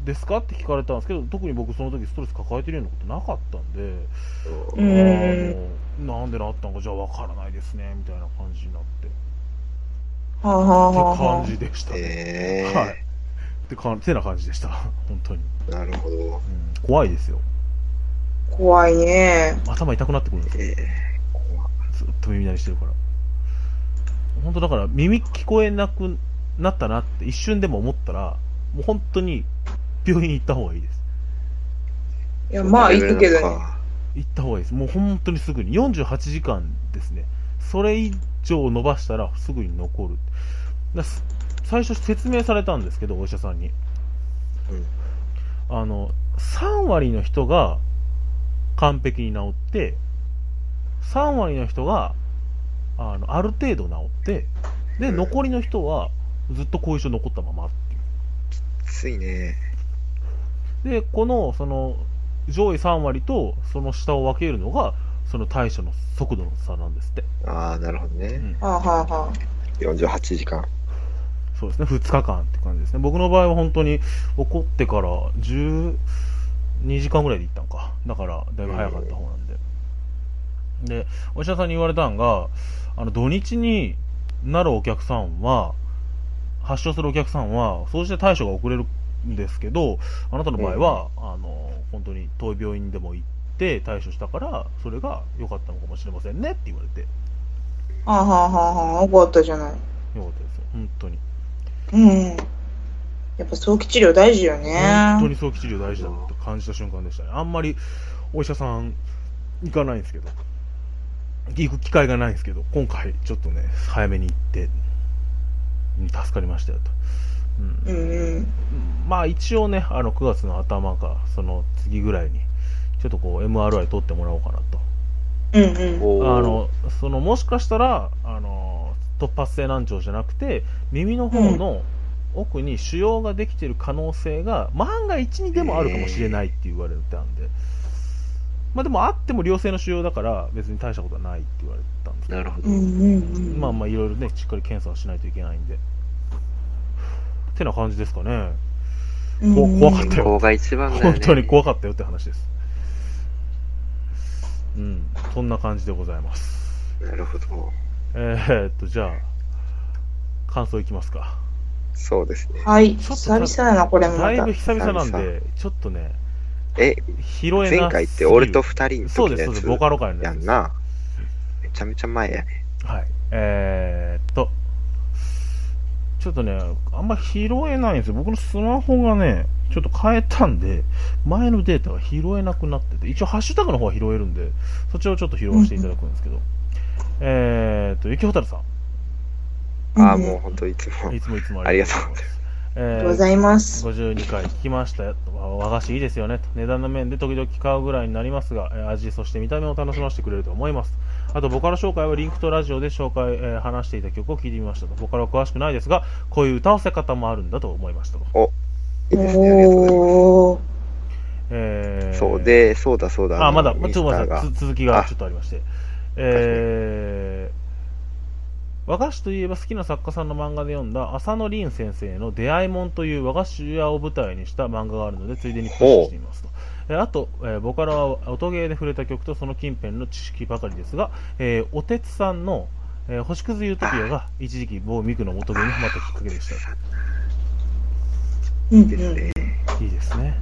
Speaker 2: ですかって聞かれたんですけど、特に僕、その時ストレス抱えてるようなことなかったんで、あ
Speaker 3: う
Speaker 2: ー
Speaker 3: ん。
Speaker 2: もうなんでなったのか、じゃあ分からないですねみたいな感じになって、って
Speaker 3: はあはあはあは
Speaker 2: 感
Speaker 3: あ。
Speaker 2: じでしたね、
Speaker 1: え
Speaker 2: はいってかてな感じでした、本当に、
Speaker 1: ー、なるほど。
Speaker 2: うん怖いですよ、
Speaker 3: 怖いね。
Speaker 2: 頭痛くなってくるんですよ、
Speaker 1: えー、怖
Speaker 2: ずっと耳鳴りしてるから、本当だから、耳聞こえなくなったなって、一瞬でも思ったら、もう本当に病院行った方がいいです。
Speaker 3: いや、まあ、行くけどね。
Speaker 1: ね。
Speaker 2: 行った方がいいです。もう本当にすぐに。48時間ですね。それ以上伸ばしたらすぐに残る。だす最初説明されたんですけど、お医者さんに。
Speaker 1: うん
Speaker 2: あの、3割の人が完璧に治って、3割の人が、あの、ある程度治って、で、
Speaker 1: うん
Speaker 2: 残りの人はずっと後遺症残ったままっていう。
Speaker 1: きついね。
Speaker 2: で、この、その、上位3割とその下を分けるのが、その対処の速度の差なんですって。
Speaker 1: ああ、なるほど
Speaker 2: う
Speaker 1: ね。
Speaker 2: ん。
Speaker 3: はあ、はあは
Speaker 1: 48時間。
Speaker 2: そうですね、2日間って感じですね。僕の場合は本当に怒ってから12時間ぐらいで行ったんか。だから、だいぶ早かった方なんで。で、お医者さんに言われたんが、あの、土日になるお客さんは、発症するお客さんは、そうして対処が遅れるんですけど、あなたの場合は、あの、本当に遠い病院でも行って対処したから、それが良かったのかもしれませんねって言われて、
Speaker 3: あ。はあはあはあはあ。よかったじゃない。
Speaker 2: 良かったですよ、本当に。
Speaker 3: うん。やっぱ早期治療大事よね。
Speaker 2: 本当に早期治療大事だと感じた瞬間でしたね。あんまりお医者さん行かないんですけど、行く機会がないんですけど、今回ちょっとね、早めに行って、うん助かりましたよと。うん
Speaker 3: うんうん。
Speaker 2: まあ一応ね、あの9月の頭か、その次ぐらいに、ちょっとこう MRI 取ってもらおうかなと。
Speaker 3: うんうん。
Speaker 2: あの、そのもしかしたら、あの、突発性難聴じゃなくて、耳の方の奥に腫瘍ができてる可能性が、万が一にでもあるかもしれないって言われたんで、まあでもあっても良性の腫瘍だから別に大したことはないって言われたんですけど
Speaker 1: なるほ
Speaker 3: う
Speaker 1: ど。
Speaker 3: んうんうん。
Speaker 2: まあまあいろいろね、しっかり検査をしないといけないんで。ってな感じですかね。
Speaker 3: うんうん、
Speaker 2: 怖かった
Speaker 1: 健康が一番だよね。
Speaker 2: 本当に怖かったよって話です。うん、そんな感じでございます。
Speaker 1: なるほど。
Speaker 2: えー、っと、じゃあ、感想いきますか。
Speaker 1: そうですね。
Speaker 3: はい。
Speaker 2: ちょっと
Speaker 3: 久々だな、これも
Speaker 2: だ
Speaker 3: ま
Speaker 2: い
Speaker 3: た
Speaker 2: ぶ。久々なんで、ちょっとね、
Speaker 1: え、
Speaker 2: 拾えな
Speaker 1: 前回って俺と二人の
Speaker 2: そう
Speaker 1: 時
Speaker 2: です、そうです、ボ
Speaker 1: の
Speaker 2: カロ会の
Speaker 1: やつや
Speaker 2: やつ
Speaker 1: ん
Speaker 2: です。
Speaker 1: な。めちゃめちゃ前やね。
Speaker 2: はい。えー、っと、ちょっとね、あんま拾えないんですよ。僕のスマホがね、ちょっと変えたんで、前のデータが拾えなくなってて、一応ハッシュタグの方は拾えるんで、そちらをちょっと拾わせていただくんですけど、えー、っと、ゆきほたるさ
Speaker 1: ああ、もう本当いつも
Speaker 2: ん、い。つもいつも
Speaker 1: ありがとうご
Speaker 2: ざ
Speaker 1: ざ
Speaker 2: い
Speaker 1: い
Speaker 2: ます。え
Speaker 3: うん。あり
Speaker 2: ー
Speaker 3: がとうございま
Speaker 2: 52
Speaker 3: す。
Speaker 2: 回聞きましたよ和菓子いいですよねと値段の面で時々買うぐらいになりますがえー味そして見た目を楽しませてくれると思いますあとボカロ紹介はリンクとラジオで紹介、えー話していた曲を聞いてみましたとボカロは詳しくないですがこういう歌わせ方もあるんだと思いましたと、
Speaker 1: いいですね。ありがとうございま
Speaker 3: おー。
Speaker 2: えー
Speaker 1: す。そうで、そうだそうだ。
Speaker 2: あまだ
Speaker 1: の
Speaker 2: ま
Speaker 1: ミ
Speaker 2: ちょ
Speaker 1: ス
Speaker 2: っと
Speaker 1: ター
Speaker 2: 待ってくだ
Speaker 1: が
Speaker 2: さいつ続きが
Speaker 1: あ
Speaker 2: ちょっとありましてえー和菓子といえば好きな作家さんの漫画で読んだ浅野凛先生の「出会いもん」という和菓子屋を舞台にした漫画があるのでついでにプッシュしていますとえーあと、えーボカロは音ゲーで触れた曲とその近辺の知識ばかりですが、えーおてつさんの、えー星屑ユートピアが一時期某ミクの元ゲーにハマったきっかけでした
Speaker 3: うんう
Speaker 1: です
Speaker 3: ん。
Speaker 1: ね。
Speaker 2: いいですね。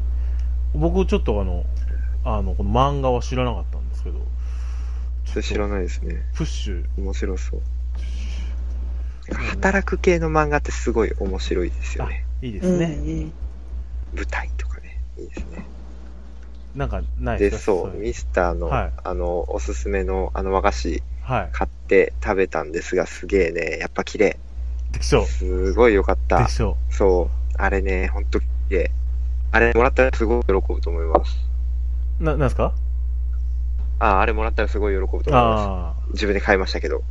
Speaker 2: 僕、ちょっとあの、あの、この漫画は知らなかったんですけど、
Speaker 1: それ知らないですね。
Speaker 2: プッシュ、
Speaker 1: 面白そう。働く系の漫画ってすごい面白いですよね。
Speaker 2: いいで
Speaker 3: うん
Speaker 2: す
Speaker 3: う
Speaker 2: ね。
Speaker 3: ん。
Speaker 1: 舞台とかね。いいですね。
Speaker 2: なんか、ない
Speaker 1: で、
Speaker 2: ですか
Speaker 1: そう、
Speaker 2: いう
Speaker 1: ミスターの、
Speaker 2: はい
Speaker 1: あの、おすすめの、あの和菓子
Speaker 2: はい。
Speaker 1: 買って食べたんですが、すげえね、やっぱ綺麗。
Speaker 2: でしょ
Speaker 1: すごい良かっ
Speaker 2: う。で
Speaker 1: た。
Speaker 2: しょ
Speaker 1: そう、あれね、ほんと綺麗。あれもらったらすごい喜ぶと思います。
Speaker 2: う。な、なんですか
Speaker 1: あ、あれもらったらすごい喜ぶと思いま
Speaker 2: あ
Speaker 1: す。自分で買いましたけど。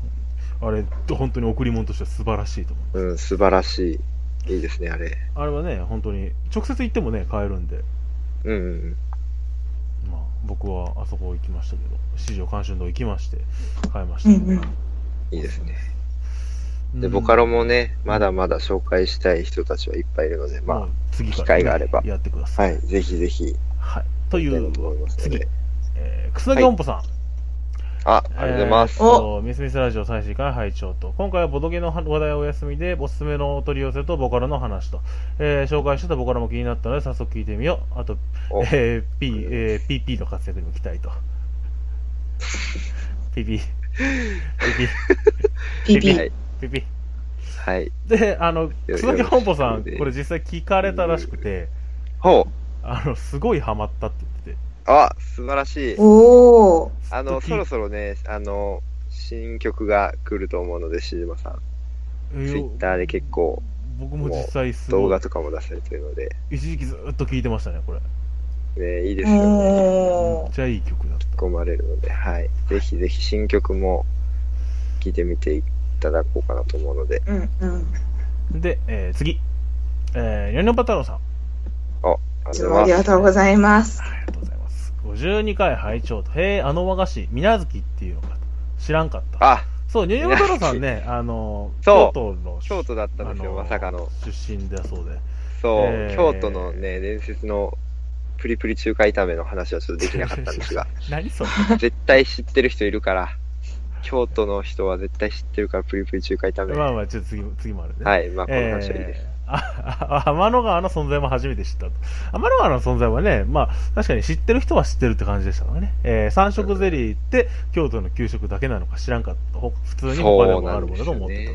Speaker 2: あ。あれ、本当に贈り物としては素晴らしいと思う。
Speaker 1: うん、素晴らしい。いいですね、あれ。
Speaker 2: あれはね、本当に、直接行ってもね、買えるんで、
Speaker 1: うんうんうん。
Speaker 2: まあ、僕はあそこ行きましたけど、市場監修堂行きまして、買いまし
Speaker 3: う
Speaker 2: た。
Speaker 3: んうん。
Speaker 1: いいですね。
Speaker 2: うん
Speaker 1: で、ボカロもね、まだまだ紹介したい人たちはいっぱいいるので、
Speaker 2: も
Speaker 1: ま
Speaker 2: う次からね
Speaker 1: 機会があれば
Speaker 2: やってくだ
Speaker 1: あ、
Speaker 2: さ。
Speaker 1: はいい、ぜひぜひ、
Speaker 2: はい。とい
Speaker 1: やり
Speaker 2: う
Speaker 1: たと思います、の
Speaker 2: 次
Speaker 1: で。
Speaker 2: えー、楠木音符さん。
Speaker 1: あ、ありがとうございます。
Speaker 2: えーっとミスミスラジオ最新回拝聴と。今回はボドゲの話題はお休みで、おすすめのお取り寄せとボカロの話と。えー紹介してたボカロも気になったので、早速聞いてみよう。あと、
Speaker 1: お
Speaker 2: えー P えー PP の活躍にも期待と。PP。PP。
Speaker 3: PP
Speaker 1: はい
Speaker 2: PP。
Speaker 1: はい。
Speaker 2: で、あの、
Speaker 1: よ
Speaker 2: 鈴木本舗さ
Speaker 1: よろ
Speaker 2: ん、
Speaker 1: しくね
Speaker 2: これ実際聞かれたらしくて、
Speaker 1: ほ
Speaker 2: あの、すごいハマったって言ってて。
Speaker 1: あ、素晴らしい。
Speaker 3: おお。
Speaker 1: あの、そろそろね、あの、新曲が来ると思うので、シジマさん。
Speaker 2: え
Speaker 1: ツイッターで結構、
Speaker 2: 僕も実際す
Speaker 1: 動
Speaker 2: ごい
Speaker 1: 画とかも出されてるので、
Speaker 2: 一時期ずっと聴いてましたねこれ
Speaker 1: ね、いいですよね。
Speaker 2: め
Speaker 3: お
Speaker 2: っちゃいい曲だっ
Speaker 1: 突っ込まれるので、はい。ぜひぜひ新曲も聴いてみていただこうかなと思うので、
Speaker 3: うんうん。
Speaker 2: たで、えー次えー、ヤニョンパ太郎さん
Speaker 1: あ
Speaker 3: い
Speaker 1: り
Speaker 3: つ
Speaker 1: がとう
Speaker 3: もあ
Speaker 1: ござい
Speaker 3: り
Speaker 1: ます
Speaker 3: がと
Speaker 2: あ
Speaker 3: うございます。
Speaker 2: りがとうございます52回拝聴とへえあの和菓子水無月っていうのか知らんかった
Speaker 1: あ、
Speaker 2: そうニョニョンパ太郎さんね あの
Speaker 1: そう
Speaker 2: 京都の
Speaker 1: 京都だったんですよ、
Speaker 2: あ
Speaker 1: まさかの。
Speaker 2: 出身だそうで
Speaker 1: そう、
Speaker 2: えー
Speaker 1: 京都のね、伝説のプリプリ中華炒めの話はちょっとできなかったんです が、
Speaker 2: 何それ
Speaker 1: 絶対知ってる人いるから、京都の人は絶対知ってるから、プリプリ中華炒め。
Speaker 2: まあまあちょっと次も次もあるね
Speaker 1: はい、まあ、この
Speaker 2: え
Speaker 1: 話はいいです。
Speaker 2: ーああ天の川の存在も初めて知ったと。天の川の存在はね、まあ、確かに知ってる人は知ってるって感じでしたからね。えー三色ゼリーって京都の給食だけなのか知らんかった。ほ普通に他で
Speaker 1: そう
Speaker 2: もあ
Speaker 1: な
Speaker 2: る
Speaker 1: ん
Speaker 2: も
Speaker 1: で
Speaker 2: の
Speaker 1: すよ
Speaker 2: と思って
Speaker 1: ね。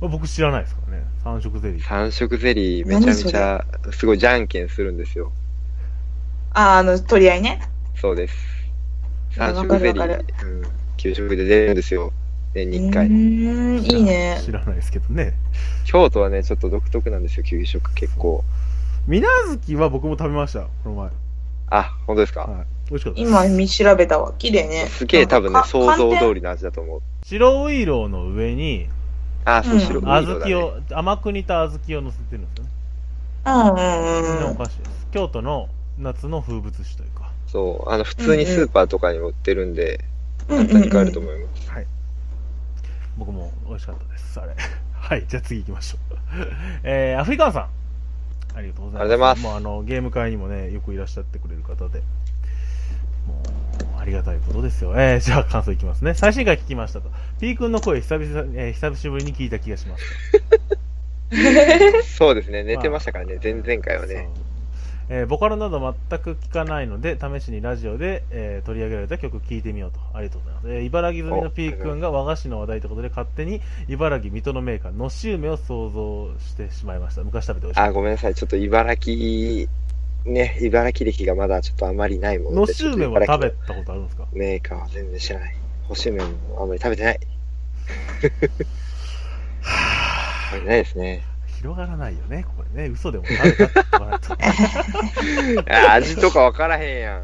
Speaker 2: た。僕知らないですからね。三色ゼリー。
Speaker 1: 三色ゼリー、めちゃめちゃ、すごいじゃんけんするんですよ。
Speaker 3: あー、あの、取り合いね。
Speaker 1: そうです。
Speaker 3: あ
Speaker 1: 三色ゼリ
Speaker 3: わかるわ
Speaker 1: ー、うん、給食で出るんですよ。年に1
Speaker 3: う
Speaker 1: 回。
Speaker 3: ーん、いいね。
Speaker 2: 知らないですけどね。
Speaker 1: 京都はね、ちょっと独特なんですよ、給食結構。
Speaker 2: 水無月は僕も食べました。この前。
Speaker 1: あ、本当ですか、
Speaker 2: はい。美味しかったです。
Speaker 3: 今見調べたわ。綺麗ね。
Speaker 1: すげえ多分ね、
Speaker 3: か
Speaker 1: 想像
Speaker 3: 寒
Speaker 1: 通りの味だと思う。
Speaker 2: 白ウイロウの上に、
Speaker 1: あ、そうう、
Speaker 3: ん
Speaker 1: 白ウ
Speaker 2: 小
Speaker 1: イロだ
Speaker 2: 豆
Speaker 1: ね。
Speaker 2: を、甘く煮た小豆を乗せてるんですよね。
Speaker 3: 天うんう
Speaker 2: の
Speaker 3: ん
Speaker 2: お
Speaker 3: うん。
Speaker 2: 菓子です。京都の夏の風物詩というか。
Speaker 1: そう、あの、普通にスーパーとかにも売ってるんで、
Speaker 3: うん
Speaker 1: 何かあると
Speaker 3: うん
Speaker 1: 思います。
Speaker 2: 僕も美味しかったです。あれ。 はい、じゃあ次行きましょう。 えー、アフリカンさん。ありがとうござい
Speaker 1: ありがとう
Speaker 2: ます。
Speaker 1: ございます
Speaker 2: もうあの、ゲーム会にもね、よくいらっしゃってくれる方で。もう、ありがたいことですよ。えー、じゃあ感想いきますね。最新回聞きましたと。P 君の声久々、えー久しぶりに聞いた気がします。
Speaker 1: そうですね、寝てましたからね、前々回はね。
Speaker 2: そう。えーボカロなど全く聞かないので、試しにラジオで、えー取り上げられた曲聞いてみようと。ありがとうございます。えー茨城住みの P 君が和菓子の話題ということで、勝手に茨城水戸のメーカー、のし梅を想像してしまいました。昔食べて美味しか
Speaker 1: あ、
Speaker 2: っ
Speaker 1: ごめんなさい、ちょっと茨城、ね、茨城歴がまだちょっとあまりないも
Speaker 2: た。
Speaker 1: の
Speaker 2: の
Speaker 1: で。
Speaker 2: し梅は食べ
Speaker 1: ちょっと茨
Speaker 2: たことあるんですか
Speaker 1: 城のメーカーは全然知らない。星梅もあんまり食べてない。食べてないですね。
Speaker 2: 広がらないよね、これね。嘘でも食べたって言わないと。
Speaker 1: あ味とかわからへんや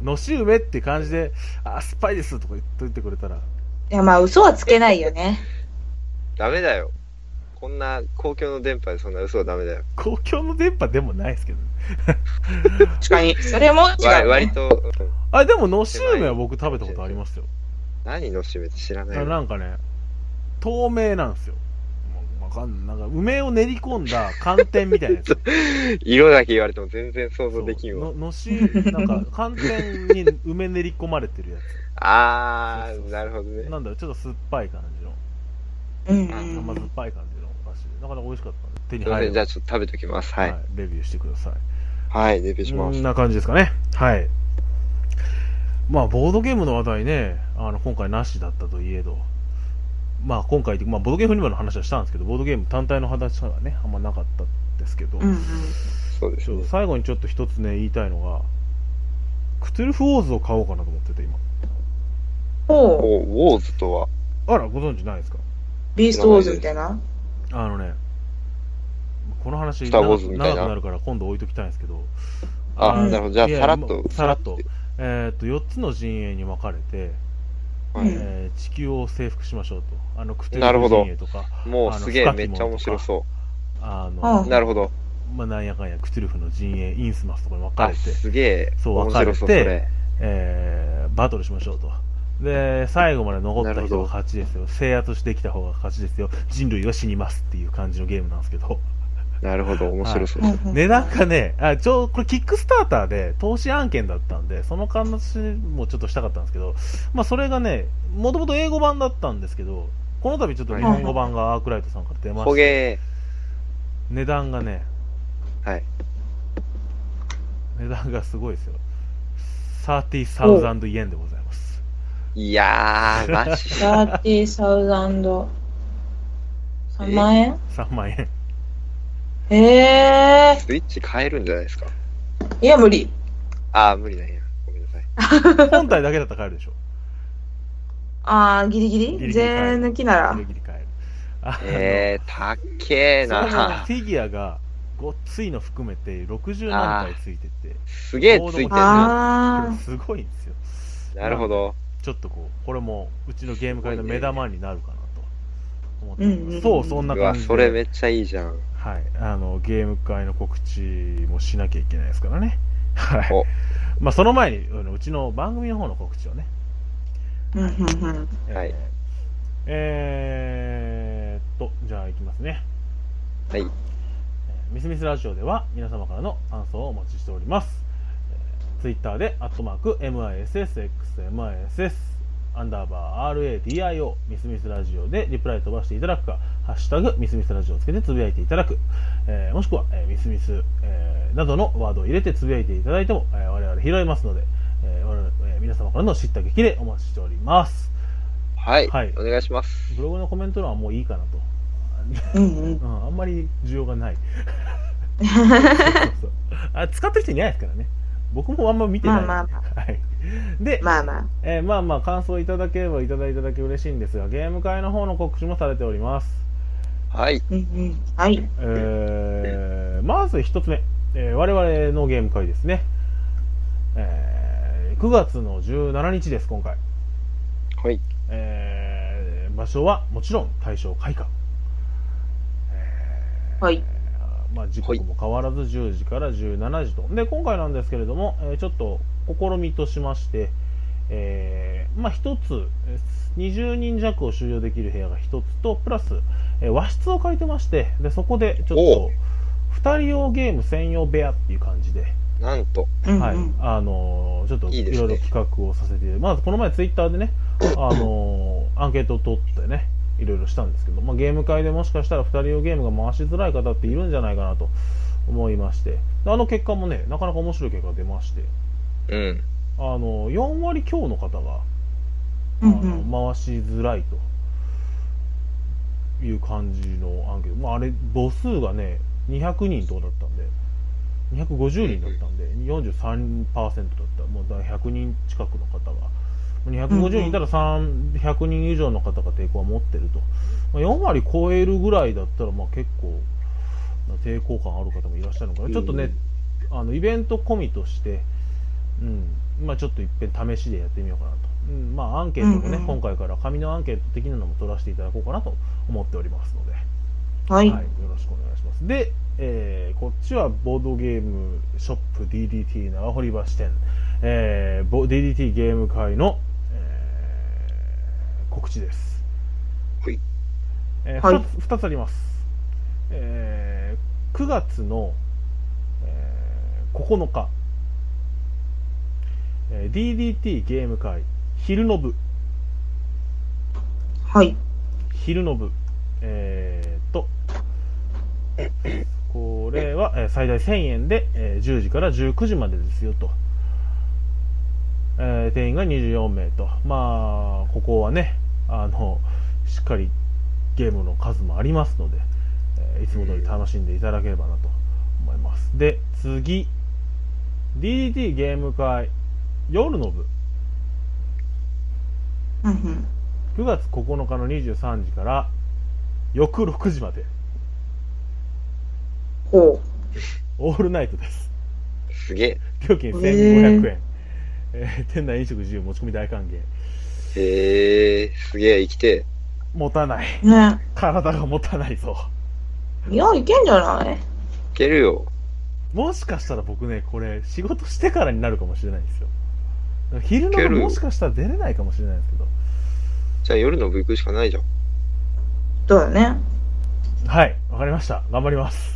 Speaker 1: ん。
Speaker 2: のし梅って感じで、あ、酸っぱいですとか言っといてくれたら、
Speaker 3: いや、まあ、嘘はつけないよね。
Speaker 1: ダメだよ。こんな公共の電波でそんな嘘はダメだよ。
Speaker 2: 公共の電波でもないですけどね。
Speaker 3: 確かに。それも違う、
Speaker 1: わ
Speaker 3: ね。
Speaker 1: 割と、うん
Speaker 2: あ、でものし梅は僕食べたことありますよ。
Speaker 1: 何のしめて知らない
Speaker 2: あ
Speaker 1: よ。
Speaker 2: なんかね透明なんですよわかんないなんか梅を練り込んだ寒天みたい なやつ
Speaker 1: 色だけ言われても全然想
Speaker 2: そ
Speaker 1: 像
Speaker 2: う
Speaker 1: できんわ
Speaker 2: の。のしなんか寒天に梅練り込まれてるや
Speaker 1: あ
Speaker 2: そうそうそ
Speaker 1: ー、
Speaker 2: う
Speaker 1: なるほど
Speaker 2: つ
Speaker 1: ね。
Speaker 2: なんだろうちょっと酸っぱい感じの
Speaker 3: うんう
Speaker 2: 甘酸っ
Speaker 3: ん。
Speaker 2: ぱい感じのお菓子でなかなか美味しかったんで手に
Speaker 1: すいませ
Speaker 2: 入
Speaker 1: ん、
Speaker 2: る
Speaker 1: じゃあちょっと食べときます。は。
Speaker 2: はいい、レビューしてください
Speaker 1: はい、デビューし
Speaker 2: こ
Speaker 1: ます
Speaker 2: ん。な感じですかね。はい。まあ、ボードゲームの話題ね、あの、今回なしだったといえど、まあ、今回、まあ、ボードゲームフェニバルの話はしたんですけど、ボードゲーム単体の話はね、あんまなかったですけど、
Speaker 3: うんうん。
Speaker 1: そうです
Speaker 2: ちょっ
Speaker 1: ね
Speaker 2: と。最後にちょっと一つね、言いたいのが、クトゥルフ・ウォーズを買おうかなと思ってて、今。
Speaker 3: ほう。
Speaker 1: おウォーズとは、
Speaker 2: あら、ご存知ないですか
Speaker 3: ビーストウォーズみたいな。
Speaker 2: あのね、この話、
Speaker 1: スターウォ
Speaker 2: 長
Speaker 1: ーズ
Speaker 2: く
Speaker 1: みたいな
Speaker 2: 長くなるから今度置いときたいんですけど、
Speaker 1: あ、
Speaker 3: うん
Speaker 1: なるほど。じゃあ、
Speaker 2: いや
Speaker 1: さらっと
Speaker 2: も。うさらっと。えっと、4つの陣営に分かれて、
Speaker 1: はい
Speaker 3: うん
Speaker 2: えー地球を征服しましょうと。あの、クトゥ
Speaker 1: なる
Speaker 2: ルフ
Speaker 1: ほど
Speaker 2: 陣営とか、
Speaker 1: もうすげ
Speaker 2: あ
Speaker 1: え、
Speaker 2: の
Speaker 1: めっちゃ面白そ
Speaker 2: あ
Speaker 3: う
Speaker 2: の、
Speaker 1: う。
Speaker 3: ん
Speaker 1: なるほど。
Speaker 2: まあ、なんやかんや、クトゥルフの陣営、インスマスとかに分か
Speaker 1: あ
Speaker 2: れ、て、
Speaker 1: すげえ、
Speaker 2: そう
Speaker 1: 面白そう、そ
Speaker 2: 分かれて
Speaker 1: れ。
Speaker 2: えーバトルしましょうと。で、最後まで残っ
Speaker 1: なる
Speaker 2: た
Speaker 1: ほ
Speaker 2: 人
Speaker 1: ど
Speaker 2: が勝ちですよ。制圧してきた方が勝ちですよ。人類は死にますっていう感じのゲームなんですけど。
Speaker 1: なるほど、面白そう。
Speaker 3: うんうん
Speaker 2: 値段がね、あ、ちょ、これキックスターターで投資案件だったんで、その話もちょっとしたかったんですけど、まあそれがね、もともと英語版だったんですけど、この度ちょっと日本語版がアークライトさんから出ま
Speaker 1: ほ
Speaker 2: して、
Speaker 1: げ
Speaker 2: 値段がね、
Speaker 1: ー。はい。
Speaker 2: 値段がすごいですよ。30,000円でございます。
Speaker 1: いやー、マジ
Speaker 3: サーティーサウザンド。3万円
Speaker 2: 3万円。
Speaker 3: ええ
Speaker 1: スイッチ変えるんじゃないですか。
Speaker 3: ー。いや、無理。
Speaker 1: あー、無理なんや。
Speaker 2: 本体だけだったら買えるでしょ。
Speaker 3: ああ、ギリギリ
Speaker 2: ギリギリ
Speaker 3: 税抜きなら
Speaker 2: ギリ。ギリ買える。あ
Speaker 1: えー、たっけえ
Speaker 2: それ
Speaker 1: な。
Speaker 2: がフィギュアがごっついの含めて60何体ついてて、
Speaker 1: すげえついてるな。
Speaker 3: ああ、
Speaker 2: すごいんですよ。
Speaker 1: なるほど。
Speaker 2: ちょっとこう、これもうちのゲーム会の目玉になるかなと思って
Speaker 3: う
Speaker 2: ま
Speaker 3: ん
Speaker 2: す、
Speaker 3: うんうん
Speaker 2: そう、そんな
Speaker 1: うわ、
Speaker 2: 感じ
Speaker 1: それめ
Speaker 2: で、
Speaker 1: っちゃいいじゃん。
Speaker 2: はい、あのゲーム会の告知もしなきゃいけないですからね。はい
Speaker 1: お。
Speaker 2: まあ、その前に、あのうちの番組の方の告知をね。
Speaker 3: うんうんうん。
Speaker 1: はい
Speaker 2: えーえーっと、じゃあ行きますね。
Speaker 1: はい。
Speaker 2: えーミスミスラジオでは皆様からの感想をお待ちしております。えー、ツイッターで、アットマーク、MISSXMISS、アンダーバー RADIO、ミスミスラジオでリプライ飛ばしていただくか、ハッシュタグ、ミスミスラジオをつけてつぶやいていただく、えーもしくは、えーミスミス、えーなどのワードを入れてつぶやいていただいても、えー我々拾いますので、えー我々えー皆様からの知った激励お待ちしております。
Speaker 1: はい。
Speaker 2: はい
Speaker 1: お願いします。
Speaker 2: ブログのコメント欄はもういいかなと。
Speaker 3: うんうん
Speaker 2: う。ん、あんまり需要が ない。そうあ使ってる人いないですからね。僕もあんま見てない。
Speaker 3: まあま
Speaker 2: はい。で、
Speaker 3: まあまあ。
Speaker 2: えーまあまあ、感想いただければいただいただけ嬉しいんですが、ゲーム会の方の告知もされております。
Speaker 1: はい。
Speaker 3: うんうん。はい。
Speaker 2: えーまず一つ目、えー我々のゲーム会ですね。えー9月の17日です、今回。
Speaker 1: はい。
Speaker 2: えー場所はもちろん大正開花。
Speaker 3: はい。
Speaker 2: あーまあ、時刻も変わらず10時から17時と、で今回なんですけれども、えーちょっと試みとしまして、えーまあ、1つ、えー20人弱を収容できる部屋が1つと、プラス、えー和室を借りてまして、でそこでちょ
Speaker 1: おう
Speaker 2: っと2人用ゲーム専用部屋っていう感じで、
Speaker 1: なんと。
Speaker 3: うんうん
Speaker 2: はいあのーちょっと
Speaker 1: いい
Speaker 2: い
Speaker 1: ですね
Speaker 2: ろいろ企画をさせてまずこの前、ツイッターでね、あのーアンケートを取ってね、いろいろしたんですけど、まあ、ゲーム会でもしかしたら2人用ゲームが回しづらい方っているんじゃないかなと思いまして、であの結果もね、なかなか面白い結果が出まして、
Speaker 1: うん。
Speaker 2: あのー4割強の方が、
Speaker 3: うんう
Speaker 2: あ
Speaker 3: ん。
Speaker 2: の回しづらいという感じのアンケート、まあ、あれ母数がね200人とかだったんで250人だったんで43%だったもうだから100人近くの方が250人いたら300人以上の方が抵抗は持ってると、まあ、4割超えるぐらいだったらまあ結構まあ抵抗感ある方もいらっしゃるのかなちょっとねあのイベント込みとして、うんまあ、ちょっといっぺん試しでやってみようかなと、うんまあ、アンケートもね、
Speaker 3: うんうん
Speaker 2: 今回から紙のアンケート的なのも取らせていただこうかなと思っておりますので、
Speaker 3: はい。
Speaker 2: よろしくお願いしますで、えーこっちはボードゲームショップ DDT 長堀橋店、えーボ DDT ゲーム会の、えー告知です
Speaker 1: はい
Speaker 2: えー
Speaker 3: はい
Speaker 2: 二つ2つあります、えー9月の、えー9日、えー DDT ゲーム会昼の部
Speaker 3: はい。
Speaker 2: 昼の部えー、とこれは、えー最大1000円で、えー10時から19時までですよと、えー定員が24名とまあここはねあのしっかりゲームの数もありますので、えーいつも通り楽しんでいただければなと思いますで次 DDT ゲーム会夜の部
Speaker 3: うんうん。
Speaker 2: 9月9日の23時から翌6時まで
Speaker 3: ほ。
Speaker 2: オールナイトです
Speaker 1: すげえ。
Speaker 2: 料金1500円、えー店内飲食自由持ち込み大歓迎
Speaker 1: へえー、すげえ、生きて
Speaker 2: 持たないう
Speaker 3: ね
Speaker 2: 体が持たないぞ
Speaker 3: いや、いけんじゃない
Speaker 1: え。いけるよ。
Speaker 2: もしかしたら僕ねこれ仕事してからになるかもしれないんですよ昼
Speaker 1: いけ
Speaker 2: 間
Speaker 1: る
Speaker 2: もしかしたら出れないかもしれないですけど
Speaker 1: じゃあ夜の部行くしかないじゃん。
Speaker 3: そうだね。
Speaker 2: はいわかりました頑張ります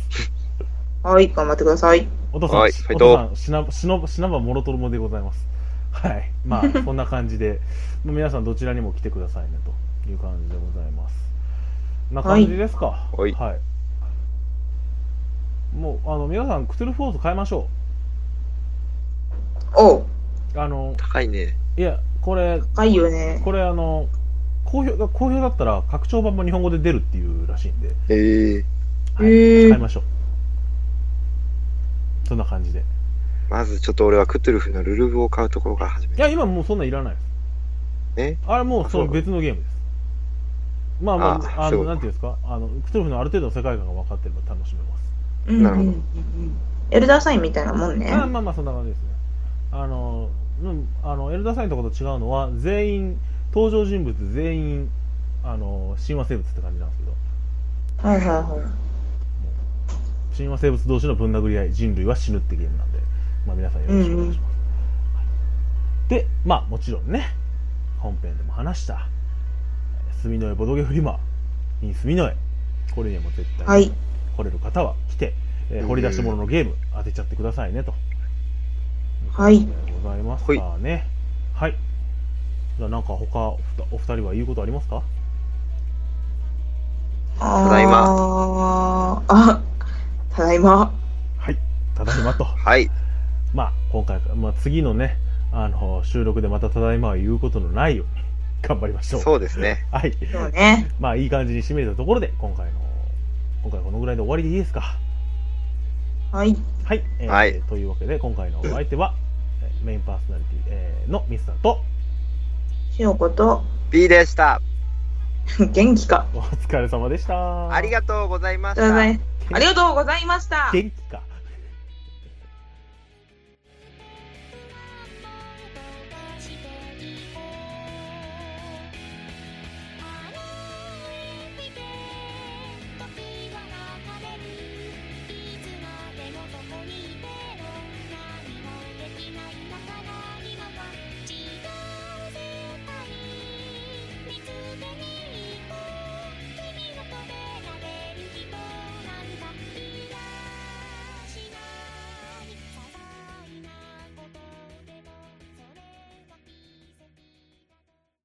Speaker 3: はい。頑張ってください。
Speaker 2: お父さん、
Speaker 1: はい
Speaker 2: し
Speaker 1: ファ
Speaker 2: お
Speaker 1: イト
Speaker 2: 父さんしなしのしなばもろともでございます はい まあそんな感じでもう皆さんどちらにも来てくださいねという感じでございますこんな感じですか
Speaker 1: はい
Speaker 2: もうあの皆さんクトゥルフォーズ変えましょ
Speaker 3: おう。
Speaker 2: うあの
Speaker 1: 高いね。
Speaker 2: いやこれ
Speaker 3: 高いよね。
Speaker 2: これあの好評好評だったら拡張版も日本語で出るっていうらしいんで、
Speaker 1: へえー。
Speaker 2: はい、
Speaker 3: へえ
Speaker 2: 変えましょうそんな感じで
Speaker 1: まずちょっと俺はクトゥルフのルルブを買うところから始め
Speaker 2: い
Speaker 1: る。
Speaker 2: や、今もうそんなんいらないです。
Speaker 1: え
Speaker 2: あれもうその別のゲームです。まあまあ、
Speaker 1: あ
Speaker 2: あ
Speaker 1: そう
Speaker 2: の、なんていうんですか、あの、クトゥルフのある程度の世界観が分かってれば楽しめます。
Speaker 3: うん
Speaker 1: なるほど
Speaker 3: うんうんうんエルダーサインみたいなもんね。
Speaker 2: まあまあまあ、そんな感じですね。あの、うん、あの、エルダーサインとかと違うのは、全員、登場人物全員、あの、神話生物って感じなんですけど、
Speaker 3: はいはいは
Speaker 2: 神話生物同士のぶん殴り合い、人類は死ぬってゲームなんで、まあ皆さんよろしくお願いします。はいで、まあもちろんね、本編でも話した、住の絵ボドゲフリマ、イン住の絵、これにはもう絶
Speaker 3: い。
Speaker 2: 対、
Speaker 3: はい。
Speaker 2: 来れる方は来て、えー
Speaker 1: うん
Speaker 2: 掘り出し物のゲーム当てちゃってくださいねと。
Speaker 3: はい。
Speaker 2: ございますかね。はい。じゃあなんか他お二お二人は言うことありますか？
Speaker 3: た
Speaker 1: だいま
Speaker 3: ま。あ、ただいま。
Speaker 2: はい。ただいまと。
Speaker 1: はい。
Speaker 2: まあ今回まあ次のねあの収録でまたただいまは言うことのないように 頑張りましょう。
Speaker 1: そうですね。
Speaker 2: はい。
Speaker 3: そうね。
Speaker 2: まあいい感じに締めたところで今回の今回このぐらいで終わりでいいですか？
Speaker 3: はい。
Speaker 2: はい。えー
Speaker 1: はい
Speaker 2: というわけで今回のお相手は、えーメインパーソナリティ、えーのミスさんと
Speaker 3: しのこと、
Speaker 1: B でした。
Speaker 3: 元気か。
Speaker 2: お疲れ様でした。
Speaker 1: ありがとうございま
Speaker 3: あ
Speaker 1: し
Speaker 3: りが
Speaker 1: た
Speaker 3: とうござ。いありがとうございました。
Speaker 2: 元気か。